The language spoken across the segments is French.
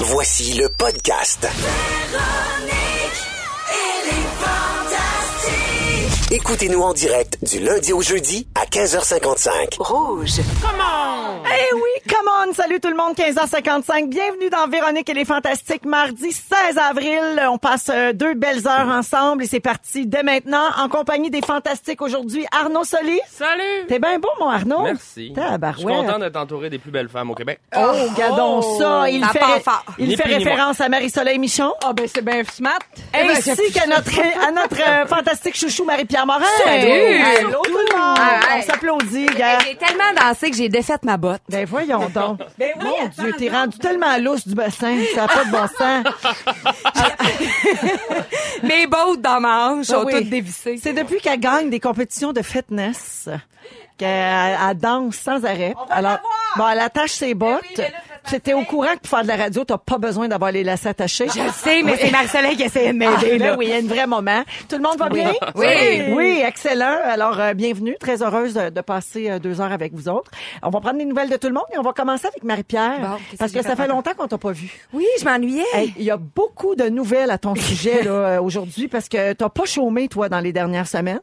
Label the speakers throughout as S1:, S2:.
S1: Voici le podcast. Écoutez-nous en direct du lundi au jeudi à 15h55.
S2: Rouge.
S3: Eh oui, come on! Salut tout le monde, 15h55. Bienvenue dans Véronique et les Fantastiques, mardi 16 avril. On passe euh, deux belles heures ensemble et c'est parti dès maintenant en compagnie des Fantastiques aujourd'hui. Arnaud Solis.
S4: Salut!
S3: T'es bien beau, mon Arnaud.
S4: Merci. Je suis
S3: Oh, Tabarouette.
S4: content d'être entouré des plus belles femmes au Québec.
S3: Oh, gadon ça. Il
S5: Ça
S3: fait,
S5: part fort.
S3: il
S4: Ni
S3: fait
S4: plus ni
S3: référence à Marie-Soleil Michon.
S5: Ah ben c'est bien smart. ben,
S3: Ainsi qu'à notre, à notre euh, fantastique chouchou Marie-Pierre Morin.
S5: Salut.
S3: Allô tout le monde!
S5: Hey.
S3: On s'applaudit, gars.
S5: J'ai tellement dansé que j'ai défait ma botte.
S3: Ben voyons donc.
S5: Ben,
S3: Mon Dieu, t'es rendu tellement lousse du bassin, ça n'a pas de bon sens.
S5: Mes bottes dans ma hanche
S3: Ah
S5: sont
S3: oui.
S5: toutes dévissées.
S3: C'est depuis qu'elle gagne des compétitions de fitness qu'elle elle danse sans arrêt. Alors, bon, elle attache ses
S5: Ben
S3: bottes. C'était au courant que pour faire de la radio, t'as pas besoin d'avoir les lacets attachés.
S5: Je le sais, mais c'est Marcelin qui essaie de
S3: Ah,
S5: m'aider.
S3: ben
S5: là.
S3: oui, il y a un vrai moment. Tout le monde va bien?
S5: Oui.
S3: Oui, excellent. Alors, euh, bienvenue. Très heureuse de, de passer euh, deux heures avec vous autres. On va prendre des nouvelles de tout le monde et on va commencer avec Marie-Pierre.
S5: Bon, qu'est-ce
S3: parce
S5: que
S3: que
S5: j'ai
S3: ça
S5: fait
S3: fait longtemps qu'on t'a pas vu.
S5: Ah, Oui, je m'ennuyais.
S3: Hey, il y a beaucoup de nouvelles à ton sujet là, euh, aujourd'hui parce que t'as pas chômé toi dans les dernières semaines.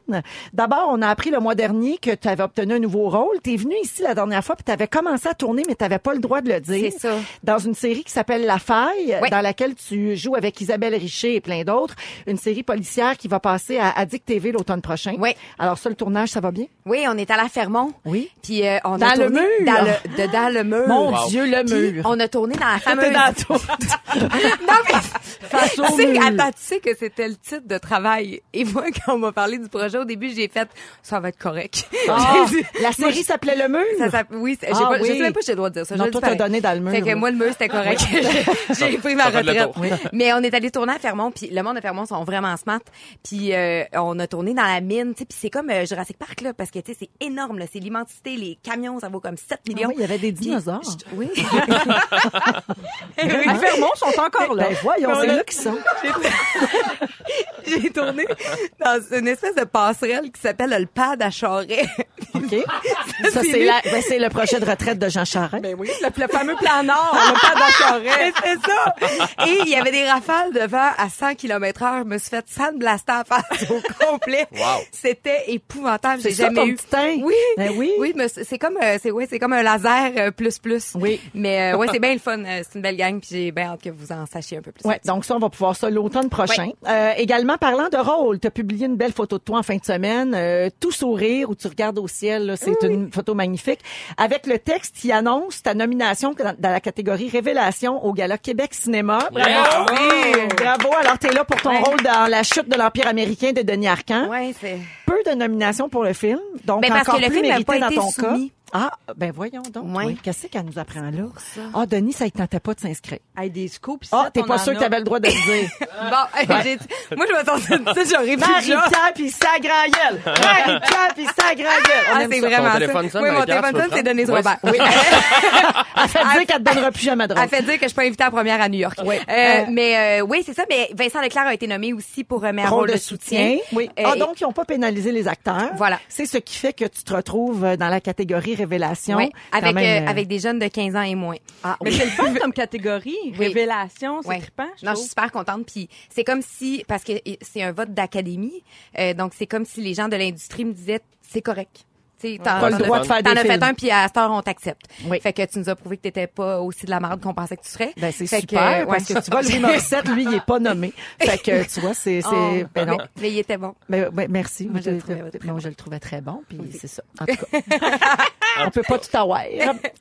S3: D'abord, on a appris le mois dernier que tu avais obtenu un nouveau rôle. T'es venu ici la dernière fois puis t'avais commencé à tourner mais t'avais pas le droit de le dire.
S5: C'est ça.
S3: Dans une série qui s'appelle La Faille,
S5: Oui.
S3: dans laquelle tu joues avec Isabelle Richer et plein d'autres, une série policière qui va passer à Addict TV l'automne prochain.
S5: Oui.
S3: Alors ça, le tournage, ça va bien
S5: Oui, on est à la Fermont.
S3: Oui.
S5: Puis euh, on a
S3: Dans le
S5: tourné
S3: mur.
S5: Dans le, de- dans le mur.
S3: Mon Dieu, le
S5: Puis
S3: mur.
S5: On a tourné dans la fameuse. non mais.
S3: Face au
S5: Tu sais,
S3: mur.
S5: attends, tu sais que c'était le titre de travail. Et moi, quand on m'a parlé du projet au début, j'ai fait ça va être correct.
S3: Ah,
S5: J'ai dit-
S3: la série s'appelait Le Mur.
S5: Ça, ça- oui, c'est- j'ai
S3: Ah
S5: pas-
S3: oui.
S5: je sais même pas si j'ai le droit de dire ça.
S3: Non,
S5: je le
S3: toi,
S5: dis pareil.
S3: t'as donné dans le mur,
S5: Fait
S3: là. Ah
S5: que moi, le mur, c'était correct. j'ai pris ma
S4: ça fait le
S5: retraite.
S4: tour.
S5: Mais on est allé tourner à Fermont, puis le monde de Fermont sont vraiment smart. Puis euh, on a tourné dans la mine, tu sais, puis c'est comme euh, Jurassic Park, là, parce que, tu sais, c'est énorme, là, c'est l'immensité, les camions, ça vaut comme 7 millions.
S3: oui, Ah il y avait des
S5: Puis-
S3: dinosaures.
S5: je- oui.
S3: À Fermont, sont encore là. Hein? Ben voyons, c'est
S5: on a-
S3: là qu'ils sont.
S5: j'ai tourné dans une espèce de passerelle qui s'appelle le pad à charret.
S3: OK. Ça,
S5: c'est
S3: c'est
S5: lui.
S3: la- ben, c'est le projet de retraite de Jean Charest.
S5: oui, le, fameux plan nord, le pad à charret. c'est ça. Et il y avait des rafales de vent à 100 km heure. Je me suis fait sandblaster à face au complet.
S4: Wow.
S5: C'était épouvantable. J'ai
S3: C'est ça,
S5: jamais
S3: ton
S5: eu.
S3: petit teint.
S5: Oui.
S3: Ben oui.
S5: mais c'est c'est comme, euh, c'est ouais, c'est comme un laser euh, plus plus.
S3: Oui.
S5: Mais euh, ouais, c'est bien le fun. Euh, C'est une belle gang. Puis j'ai bien hâte que vous en sachiez un peu plus.
S3: Ouais, donc ça, on va pouvoir ça l'automne prochain. Euh, également, parlant de rôle, tu as publié une belle photo de toi en fin de semaine, euh, tout sourire, où tu regardes au ciel, là, c'est une photo magnifique, avec le texte qui annonce ta nomination dans, dans la catégorie Révélation au Gala Québec Cinéma. Bravo!
S4: Yeah.
S3: Bravo! Alors, tu es là pour ton
S5: Ouais.
S3: rôle dans La chute de l'Empire américain de Denis Arcand.
S5: Ouais, c'est.
S3: Peu de nominations pour le film, donc
S5: Ben, parce
S3: encore
S5: que le
S3: plus
S5: film a
S3: mérité
S5: pas
S3: dans
S5: été
S3: ton
S5: soumis.
S3: cas. Ah, ben voyons donc.
S5: Ouais.
S3: oui. Qu'est-ce qu'elle nous apprend là? Ah, Denis, ça ne tentait pas de s'inscrire.
S5: Hey, des scoops.
S3: Ah, t'es pas sûr que t'avais le droit de le dire.
S5: Bon, j'ai- moi, je m'attendais à ça, j'aurais pu genre.
S3: Marie-Pierre pis sa grand gueule. Marie-Pierre pis sa grand gueule. On
S5: Ah,
S3: aime
S5: c'est
S3: ça.
S5: vraiment
S4: Ton
S5: ça.
S4: téléphone sonne,
S5: oui, mon
S4: Marie-Pierre, tu
S5: téléphone
S4: veux
S5: sonne,
S4: le
S5: c'est Denise
S4: prendre?
S5: Robert. Oui.
S3: Elle fait dire qu'elle te donnera plus jamais de rôle.
S5: Elle fait dire que je suis pas invitée à la première à New York.
S3: Oui.
S5: Euh, mais euh, oui, c'est ça. Mais Vincent Leclerc a été nommé aussi pour euh, meilleur rôle de soutien.
S3: Oui.
S5: Euh,
S3: ah, donc, ils n'ont pas pénalisé les acteurs.
S5: Voilà.
S3: C'est ce qui fait que tu te retrouves euh, dans la catégorie révélation.
S5: oui,
S3: Quand
S5: avec,
S3: même,
S5: euh,
S3: euh,
S5: avec des jeunes de 15 ans et moins.
S3: Ah,
S6: Mais
S3: oui.
S6: c'est le fun comme catégorie.
S5: Oui.
S6: Révélation, c'est
S5: Ouais.
S6: trippant, je
S5: non, je
S6: trouve.
S5: suis super contente. Puis c'est comme si, parce que c'est un vote d'académie, euh, donc c'est comme si les gens de l'industrie me disaient, c'est correct. Tu sais, T'en
S3: T'as le
S5: t'en as-
S3: droit de faire
S5: t'en
S3: des
S5: as fait
S3: films.
S5: un, puis à cette heure, on t'accepte.
S3: Oui.
S5: Fait que tu nous as prouvé que t'étais pas aussi de la merde qu'on pensait que tu serais.
S3: Ben, c'est
S5: Fait
S3: super,
S5: que, euh,
S3: parce
S5: ouais.
S3: que tu vois, Louis Morissette, lui, il est pas nommé. Fait que, tu vois, c'est, c'est,
S5: Oh,
S3: ben non.
S5: mais- mais il était bon.
S3: Ben, ben, merci.
S5: Moi, je le
S3: Vous-
S5: trouvais
S3: vous-
S5: très
S3: moi,
S5: bon.
S3: je le trouvais très bon, puis c'est ça. En tout cas, on peut pas tout avoir.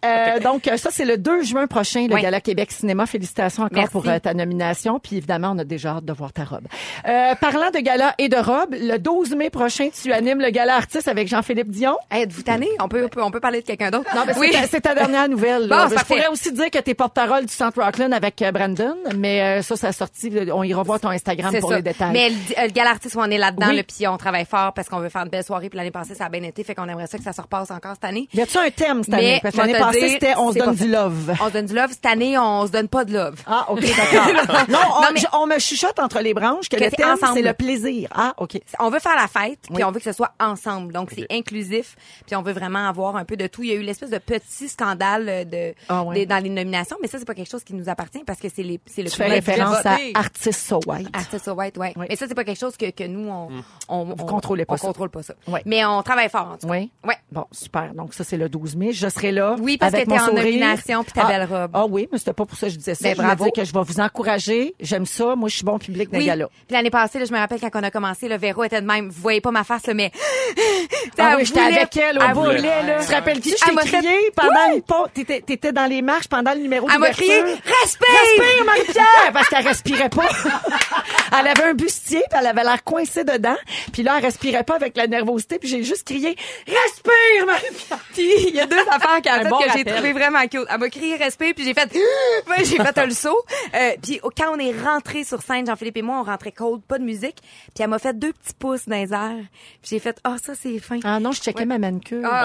S3: Euh, donc, euh, ça, c'est le 2 juin prochain, le
S5: Ouais.
S3: Gala Québec Cinéma. Félicitations encore
S5: Merci.
S3: pour euh, ta nomination. Puis évidemment, on a déjà hâte de voir ta robe. Euh, parlant de gala et de robe, le 12 mai prochain, tu animes le Gala Artiste avec Jean-Philippe Dion.
S5: Hey, Êtes-vous tanné? On peut, on peut, on peut parler de quelqu'un d'autre.
S3: Non, ben, c'est ta- c'est ta, dernière nouvelle. là.
S5: Bon, c'est
S3: je
S5: parfait.
S3: pourrais aussi dire que tu es porte-parole du Centre Rockland avec euh, Brandon, mais euh, ça, ça a sorti. On ira voir ton Instagram
S5: C'est
S3: pour
S5: ça.
S3: les détails.
S5: Mais le, le Galartis, on est là-dedans,
S3: Oui.
S5: là, puis on travaille fort parce qu'on veut faire une belle soirée. Puis l'année passée, ça a bien été, fait qu'on aimerait ça que ça se repasse encore cette année.
S3: Y a-tu un thème cette
S5: Mais,
S3: année? Parce que
S5: moi,
S3: l'année
S5: te
S3: passée,
S5: dire,
S3: c'était On se
S5: c'est
S3: donne
S5: pas
S3: du
S5: fait.
S3: love.
S5: On se donne du love. Cette année, on se donne pas de love.
S3: Ah, OK, d'accord. non, on,
S5: Non, mais-
S3: je- on me chuchote entre les branches que,
S5: Que
S3: le
S5: c'est
S3: thème,
S5: ensemble.
S3: c'est le plaisir. Ah, OK.
S5: On veut faire la fête,
S3: Oui.
S5: puis on veut que ce soit ensemble. Donc, c'est inclusif. Puis on veut vraiment avoir un peu de tout. Il y a eu l'espèce de petit scandale euh, de,
S3: Ah ouais.
S5: des- dans les nominations, mais ça, c'est pas quelque chose qui nous appartient parce que c'est les- c'est le
S3: Tu fais
S5: public qui
S3: référence
S5: va
S3: à
S5: voter.
S3: Artist So White.
S5: Artist so white, ouais.
S3: Oui. Mm.
S5: Mais Ah, ça, c'est pas quelque chose que, que nous, on, on, on
S3: contrôlez pas
S5: on
S3: ça.
S5: contrôle pas ça.
S3: Ouais.
S5: Mais on travaille fort, en tout cas.
S3: Oui.
S5: Ouais.
S3: Bon, super. Donc, ça, c'est le 12 mai. Je serai là.
S5: Oui, parce
S3: avec
S5: que t'es
S3: mon
S5: en
S3: sourire.
S5: nomination puis ta
S3: Ah,
S5: belle robe.
S3: Ah oui, mais c'était pas pour ça que je disais ça.
S5: Ben,
S3: je voulais
S5: bravo.
S3: dire que je vais vous encourager. J'aime ça. Moi, je suis bon public d'un
S5: Oui.
S3: gala.
S5: Puis l'année passée, là, je me rappelle quand on a commencé, le Véro était de même. Vous voyez pas ma face, là, mais.
S3: Ah
S5: Elle
S3: oui, j'étais
S5: voulait-
S3: avec elle au bout.
S4: voulait, là.
S3: Tu te rappelles-tu,
S5: Elle
S3: je
S5: m'a
S3: t'ai
S5: fait-
S3: crié pendant une pause. T'étais, t'étais dans les marches pendant le numéro
S5: Elle m'a
S3: d'ouverture.
S5: crié Respire!
S3: Respire, Marie-Pierre! Parce qu'elle respirait pas. elle avait un bustier, puis elle avait l'air coincée dedans. Puis là, elle respirait pas avec la nervosité, puis j'ai juste crié Respire, Marie-Pierre!
S5: Puis il y a deux affaires qu'elle a
S3: Un
S5: faites
S3: bon
S5: que j'ai
S3: rappel.
S5: trouvé vraiment cute. Elle m'a crié respect, puis j'ai fait, Moi, j'ai fait un saut. Euh, puis au- quand on est rentré sur scène, Jean-Philippe et moi, on rentrait cold, pas de musique. Puis elle m'a fait deux petits pouces dans les airs. Puis j'ai fait, ah ça c'est fin.
S3: Ah non, je checkais ma manucure.
S5: Ah.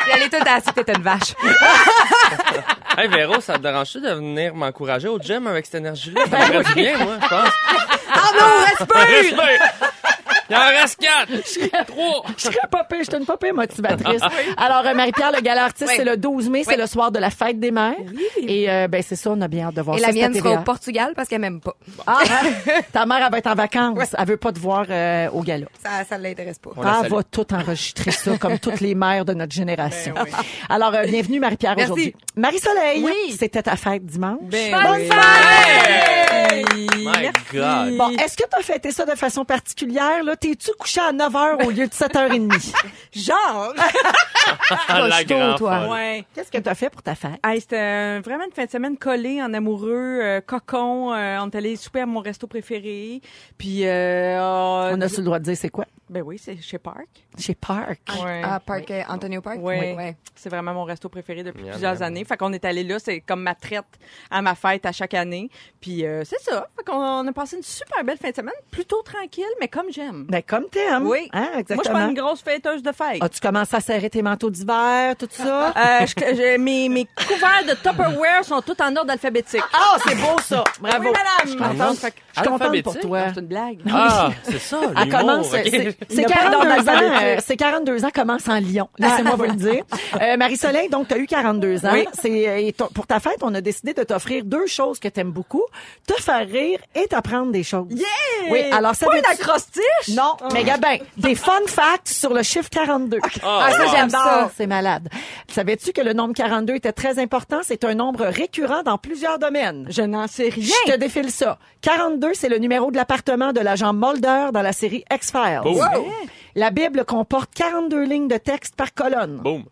S5: Puis elle est toute assise, t'es une vache.
S4: Hey Véro, ça te dérange-tu de venir m'encourager au gym avec cette énergie-là? Ça me ferait du bien, moi, je pense.
S5: Ah non, respect!
S4: Respect! Il en reste quatre! Trois!
S3: Je serais pas pire, je suis une pas pire motivatrice. Alors, euh, Marie-Pierre, le gala artiste,
S5: Oui.
S3: c'est le 12 mai, c'est
S5: Oui.
S3: le soir de la fête des mères. Et euh, ben c'est ça, on a bien hâte de voir
S5: Et
S3: ça.
S5: la
S3: c'est à
S5: mienne sera
S3: TVA.
S5: au Portugal parce qu'elle m'aime pas.
S3: Ah, hein? ta mère, elle va être en vacances. Elle veut pas te voir euh, au gala.
S5: Ça, ça l'intéresse pas.
S4: On la
S3: Ah,
S4: salue.
S3: va tout enregistrer ça, comme toutes les mères de notre génération.
S2: Ben
S3: Alors, euh, bienvenue, Marie-Pierre,
S5: Merci.
S3: aujourd'hui. Marie-Soleil,
S2: Oui.
S3: c'était ta fête dimanche.
S2: Ben
S5: Bonne
S2: oui.
S4: Hey! My
S2: Merci.
S4: God.
S3: Bon, est-ce que tu as fêté ça de façon particulière? Là, t'es-tu couché à 9h au lieu de 7h30?
S2: Genre!
S4: Ah, la
S3: Costaud,
S4: grande
S3: toi.
S4: folle.
S2: ouais.
S3: Qu'est-ce que tu as fait pour ta fête?
S2: Hey, c'était euh, vraiment une fin de semaine collée en amoureux, euh, cocon. euh, on est allé souper à mon resto préféré. Puis, euh, euh,
S3: On a-tu le droit de dire c'est quoi?
S2: ben oui, c'est chez Park.
S3: Chez Park.
S2: Ouais.
S5: Ah, Park, euh, Antonio Park?
S2: Ouais.
S5: Oui, ouais.
S2: C'est vraiment mon resto préféré depuis
S4: Miam,
S2: plusieurs
S4: miam.
S2: années. Fait qu'on est allé là, c'est comme ma traite à ma fête à chaque année. Puis euh, c'est ça. Fait qu'on on a passé une super belle fin de semaine, plutôt tranquille, mais comme j'aime.
S3: Ben, comme t'aimes.
S2: Oui.
S3: Hein,
S2: Moi, je suis pas
S3: exactement.
S2: une grosse fêteuse de fête.
S3: As-tu commencé à serrer tes manteaux d'hiver, tout ça?
S2: Euh, je- je- mes, mes couverts de Tupperware sont tous en ordre alphabétique.
S3: Ah, c'est beau ça! Bravo!
S2: Oui, madame.
S3: Je suis contente.
S2: Fait que-
S3: Je suis contente pour
S4: Alphabétique?
S3: toi.
S5: hein,
S2: C'est une blague.
S4: Ah, c'est ça,
S3: Elle commence.
S4: l'humour. ok.
S3: c'est-
S2: Il
S3: C'est
S2: n'a pas
S3: 42 ans.
S2: d'ordre alphabétique.
S3: euh, c'est 42 ans commence en Lyon.
S2: Ah.
S3: Laissez-moi vous le dire. Euh, Marie-Soleil, donc, tu as eu 42 ans.
S2: Oui.
S3: C'est, euh, et ton- pour ta fête, on a décidé de t'offrir deux choses que t'aimes beaucoup. Te faire rire et t'apprendre des choses.
S2: Yeah! Oh.
S3: Oui, alors, ça
S2: Pas
S3: veut-
S2: une acrostiche?
S3: Non, mais Gabin, des fun facts sur le chiffre 42.
S4: Ah, ça,
S5: j'aime ça.
S3: C'est malade. Savais-tu que le nombre 42 était très important? C'est un nombre récurrent dans plusieurs domaines.
S2: Je n'en sais rien.
S3: Je te défile ça. 42, c'est le numéro de l'appartement de l'agent Mulder dans la série X-Files.
S4: Boum.
S3: La Bible comporte 42 lignes de texte par colonne.
S4: Boum.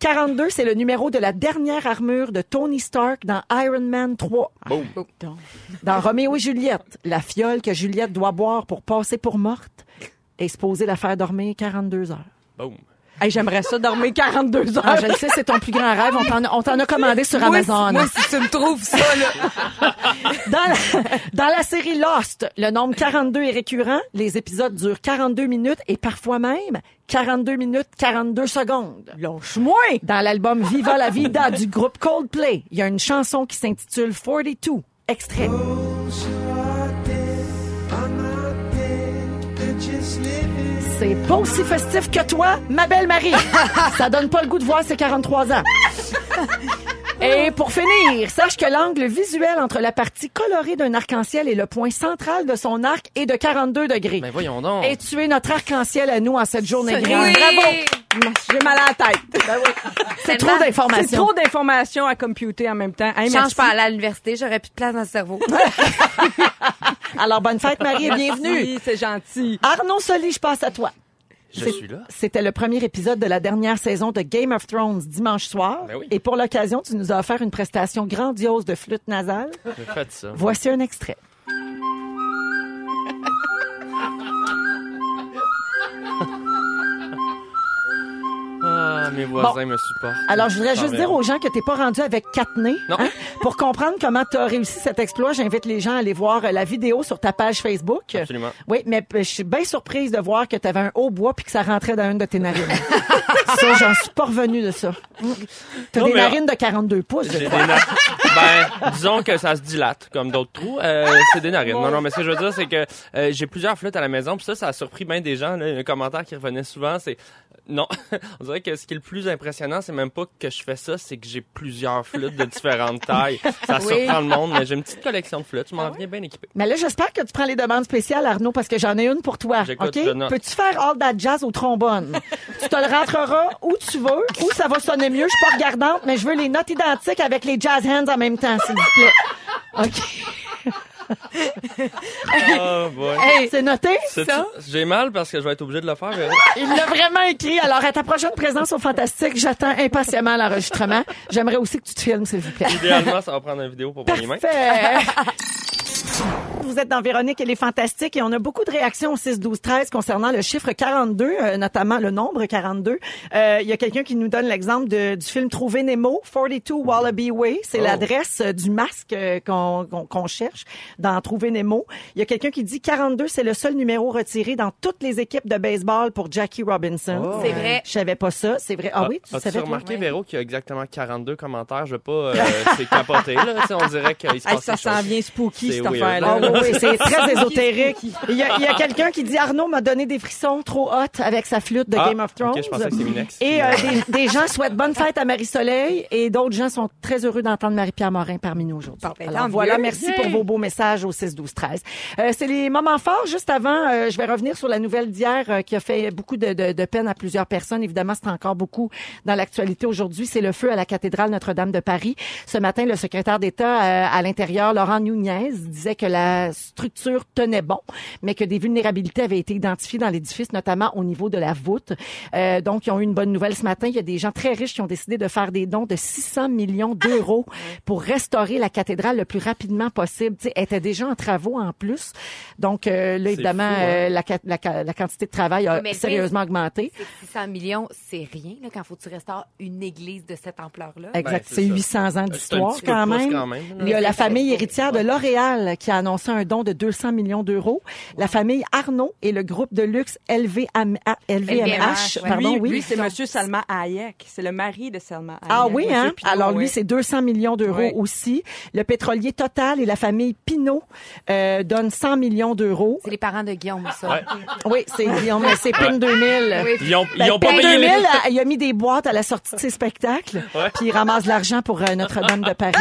S3: 42, c'est le numéro de la dernière armure de Tony Stark dans Iron Man 3.
S4: Boum.
S3: Dans Roméo et Juliette, la fiole que Juliette doit boire pour passer pour morte est supposée la faire dormir 42 heures.
S4: Boum.
S2: Hey, J'aimerais ça dormir 42 heures.
S3: Ah, je le sais, c'est ton plus grand rêve. On t'en a- On t'en a commandé sur
S5: Moi,
S3: Amazon.
S5: si- moi, si tu me trouves ça, là.
S3: Dans la, dans la série Lost, le nombre 42 est récurrent. Les épisodes durent 42 minutes et parfois même 42 minutes 42 secondes.
S2: Lâche-moi.
S3: Dans l'album Viva la Vida du groupe Coldplay, il y a une chanson qui s'intitule 42. Extrait. C'est pas aussi festif que toi, ma belle Marie. Ça donne pas le goût de voir ses 43 ans. Et pour finir, sache que l'angle visuel entre la partie colorée d'un arc-en-ciel et le point central de son arc est de 42 degrés.
S4: Ben voyons donc.
S3: Et tu es notre arc-en-ciel à nous en cette journée grise.
S5: Oui.
S3: Bravo!
S2: J'ai mal à la tête.
S3: C'est trop d'informations.
S2: C'est trop d'informations à computer en même temps. Hey,
S5: Change
S2: merci.
S5: pas à aller à l'université, j'aurais plus de place dans le cerveau.
S3: Alors, bonne fête, Marie, et bienvenue.
S2: Merci, C'est gentil.
S3: Arnaud Soli, je passe à toi.
S4: Je suis là.
S3: C'était le premier épisode de la dernière saison de Game of Thrones dimanche soir.
S4: Ben oui.
S3: Et pour l'occasion, tu nous as offert une prestation grandiose de flûte nasale.
S4: Faites ça.
S3: Voici un extrait.
S4: Ah, mes voisins me supportent. Ah,
S3: Alors, je voudrais
S4: Ça
S3: juste
S4: revient.
S3: dire aux gens que t'es pas rendu avec quatre nez.
S4: ben
S3: hein?
S4: Non.
S3: Pour comprendre comment tu as réussi cet exploit, j'invite les gens à aller voir euh, la vidéo sur ta page Facebook.
S4: Absolument.
S3: Oui, mais euh, je suis bien surprise de voir que tu avais un haut bois puis que ça rentrait dans une de tes narines. ça, j'en suis pas revenue de ça. Mm. T'as
S4: Non,
S3: des
S4: mais-
S3: narines de 42 pouces. je
S4: J'ai des
S3: crois.
S4: nar- Ben, disons que ça se dilate, comme d'autres trous. Euh, c'est des narines. Non, non, mais ce que je veux dire, c'est que euh, j'ai plusieurs flûtes à la maison, puis ça, ça a surpris bien des gens. Là. Un commentaire qui revenait souvent, c'est... Non, on dirait que ce qui est le plus impressionnant, c'est même pas que je fais ça, c'est que j'ai plusieurs flûtes de différentes tailles. Ça surprend le monde, mais j'ai une petite collection de flûtes. Je m'en
S3: Ah
S4: viens bien équipé.
S3: Mais là, j'espère que tu prends les demandes spéciales, Arnaud, parce que j'en ai une pour toi.
S4: J'écoute,
S3: OK?
S4: je note.
S3: Peux-tu faire All That Jazz au trombone? tu te le rentreras où tu veux, où ça va sonner mieux. Je suis pas regardante, mais je veux les notes identiques avec les jazz hands en même temps, s'il vous plaît. OK.
S4: Oh boy.
S3: C'est noté?
S4: Sais-tu- J'ai mal parce que je vais être obligé de le faire. mais-
S3: Il l'a vraiment écrit. Alors, à ta prochaine présence au Fantastique, j'attends impatiemment l'enregistrement. J'aimerais aussi que tu te filmes, s'il vous plaît.
S4: Idéalement, ça va prendre une vidéo pour premier main.
S3: Parfait. Vous êtes dans Véronique, elle est fantastique et on a beaucoup de réactions au 6-12-13 concernant le chiffre 42, euh, notamment le nombre 42. Euh, Il y a quelqu'un qui nous donne l'exemple de- du film Trouver Nemo, 42 Wallaby Way. C'est
S4: Oh.
S3: l'adresse euh, du masque euh, qu'on qu'on- qu'on cherche dans Trouver Nemo. Il y a quelqu'un qui dit 42, c'est le seul numéro retiré dans toutes les équipes de baseball pour Jackie Robinson.
S5: C'est vrai.
S3: Je savais pas ça, c'est vrai. Ah, oui, tu
S4: As-tu
S3: savais toi?
S4: remarqué, Véro, qu'il y a exactement 42 commentaires? Je veux pas, euh, c'est capoté, là. Tu sais, on dirait qu'il se
S2: Hey,
S4: passe
S2: ça
S4: quelque chose.
S2: sent bien spooky,
S4: C'est
S2: cette
S4: weird.
S3: Ah
S2: affaire-là.
S3: oui, oui, c'est très ésotérique. Il y a, il y a quelqu'un qui dit Arnaud m'a donné des frissons trop hot avec sa flûte de
S4: Ah,
S3: Game of Thrones.
S4: ok, je pensais que c'est Minex.
S3: Et euh, des, des gens souhaitent bonne fête à Marie-Soleil et d'autres gens sont très heureux d'entendre Marie-Pierre Morin parmi nous aujourd'hui.
S5: ben,
S3: Alors
S5: tant
S3: voilà,
S5: mieux.
S3: merci pour vos beaux messages au 6-12-13. Euh, c'est les moments forts. Juste avant, euh, je vais revenir sur la nouvelle d'hier euh, qui a fait beaucoup de, de- de peine à plusieurs personnes. Évidemment, c'est encore beaucoup dans l'actualité aujourd'hui. C'est le feu à la cathédrale Notre-Dame de Paris. Ce matin, le secrétaire d'État euh, à l'intérieur, Laurent Nunez, disait que la structure tenait bon, mais que des vulnérabilités avaient été identifiées dans l'édifice, notamment au niveau de la voûte. Euh, donc, ils ont eu une bonne nouvelle ce matin. Il y a des gens très riches qui ont décidé de faire des dons de 600 millions d'euros pour restaurer la cathédrale le plus rapidement possible. Tu sais, elle était déjà en travaux en plus. Donc, euh, là, évidemment,
S4: fou, hein?
S3: euh, la, ca- la ca- la quantité de travail a
S5: Ouais, mais le
S3: sérieusement augmenté.
S5: C'est que 600 millions, c'est rien là, quand faut que tu restaures une église de cette ampleur-là.
S3: Exact.
S4: Ben, c'est
S3: c'est 800
S4: ça.
S3: ans
S4: C'est un
S3: d'histoire
S4: petit peu
S3: quand,
S4: plus
S3: même.
S4: quand même, là.
S2: Mm.
S3: Il y a la famille héritière de L'Oréal qui a annoncé un don de 200 millions d'euros. La famille Arnaud et le groupe de luxe LVMH.
S5: LVMH, ouais.
S3: pardon,
S2: lui,
S3: oui.
S2: lui, c'est Monsieur Salma Hayek. C'est le mari de Salma Hayek.
S3: Ah oui, hein?
S2: Monsieur Pinault,
S3: Alors
S2: ouais.
S3: lui, c'est 200 millions d'euros
S2: Ouais.
S3: aussi. Le pétrolier Total et la famille Pinot euh, donnent 100 millions d'euros.
S5: C'est les parents de Guillaume, ça.
S4: Ouais.
S3: Oui, c'est Guillaume, mais c'est PIN 2000.
S5: Oui.
S4: Ils ont,
S3: Ben,
S4: ils ont pas
S3: PIN
S4: payé
S3: 2000,
S4: les...
S3: euh, il a mis des boîtes à la sortie de ses spectacles, puis il ramasse de l'argent pour euh, Notre-Dame de Paris.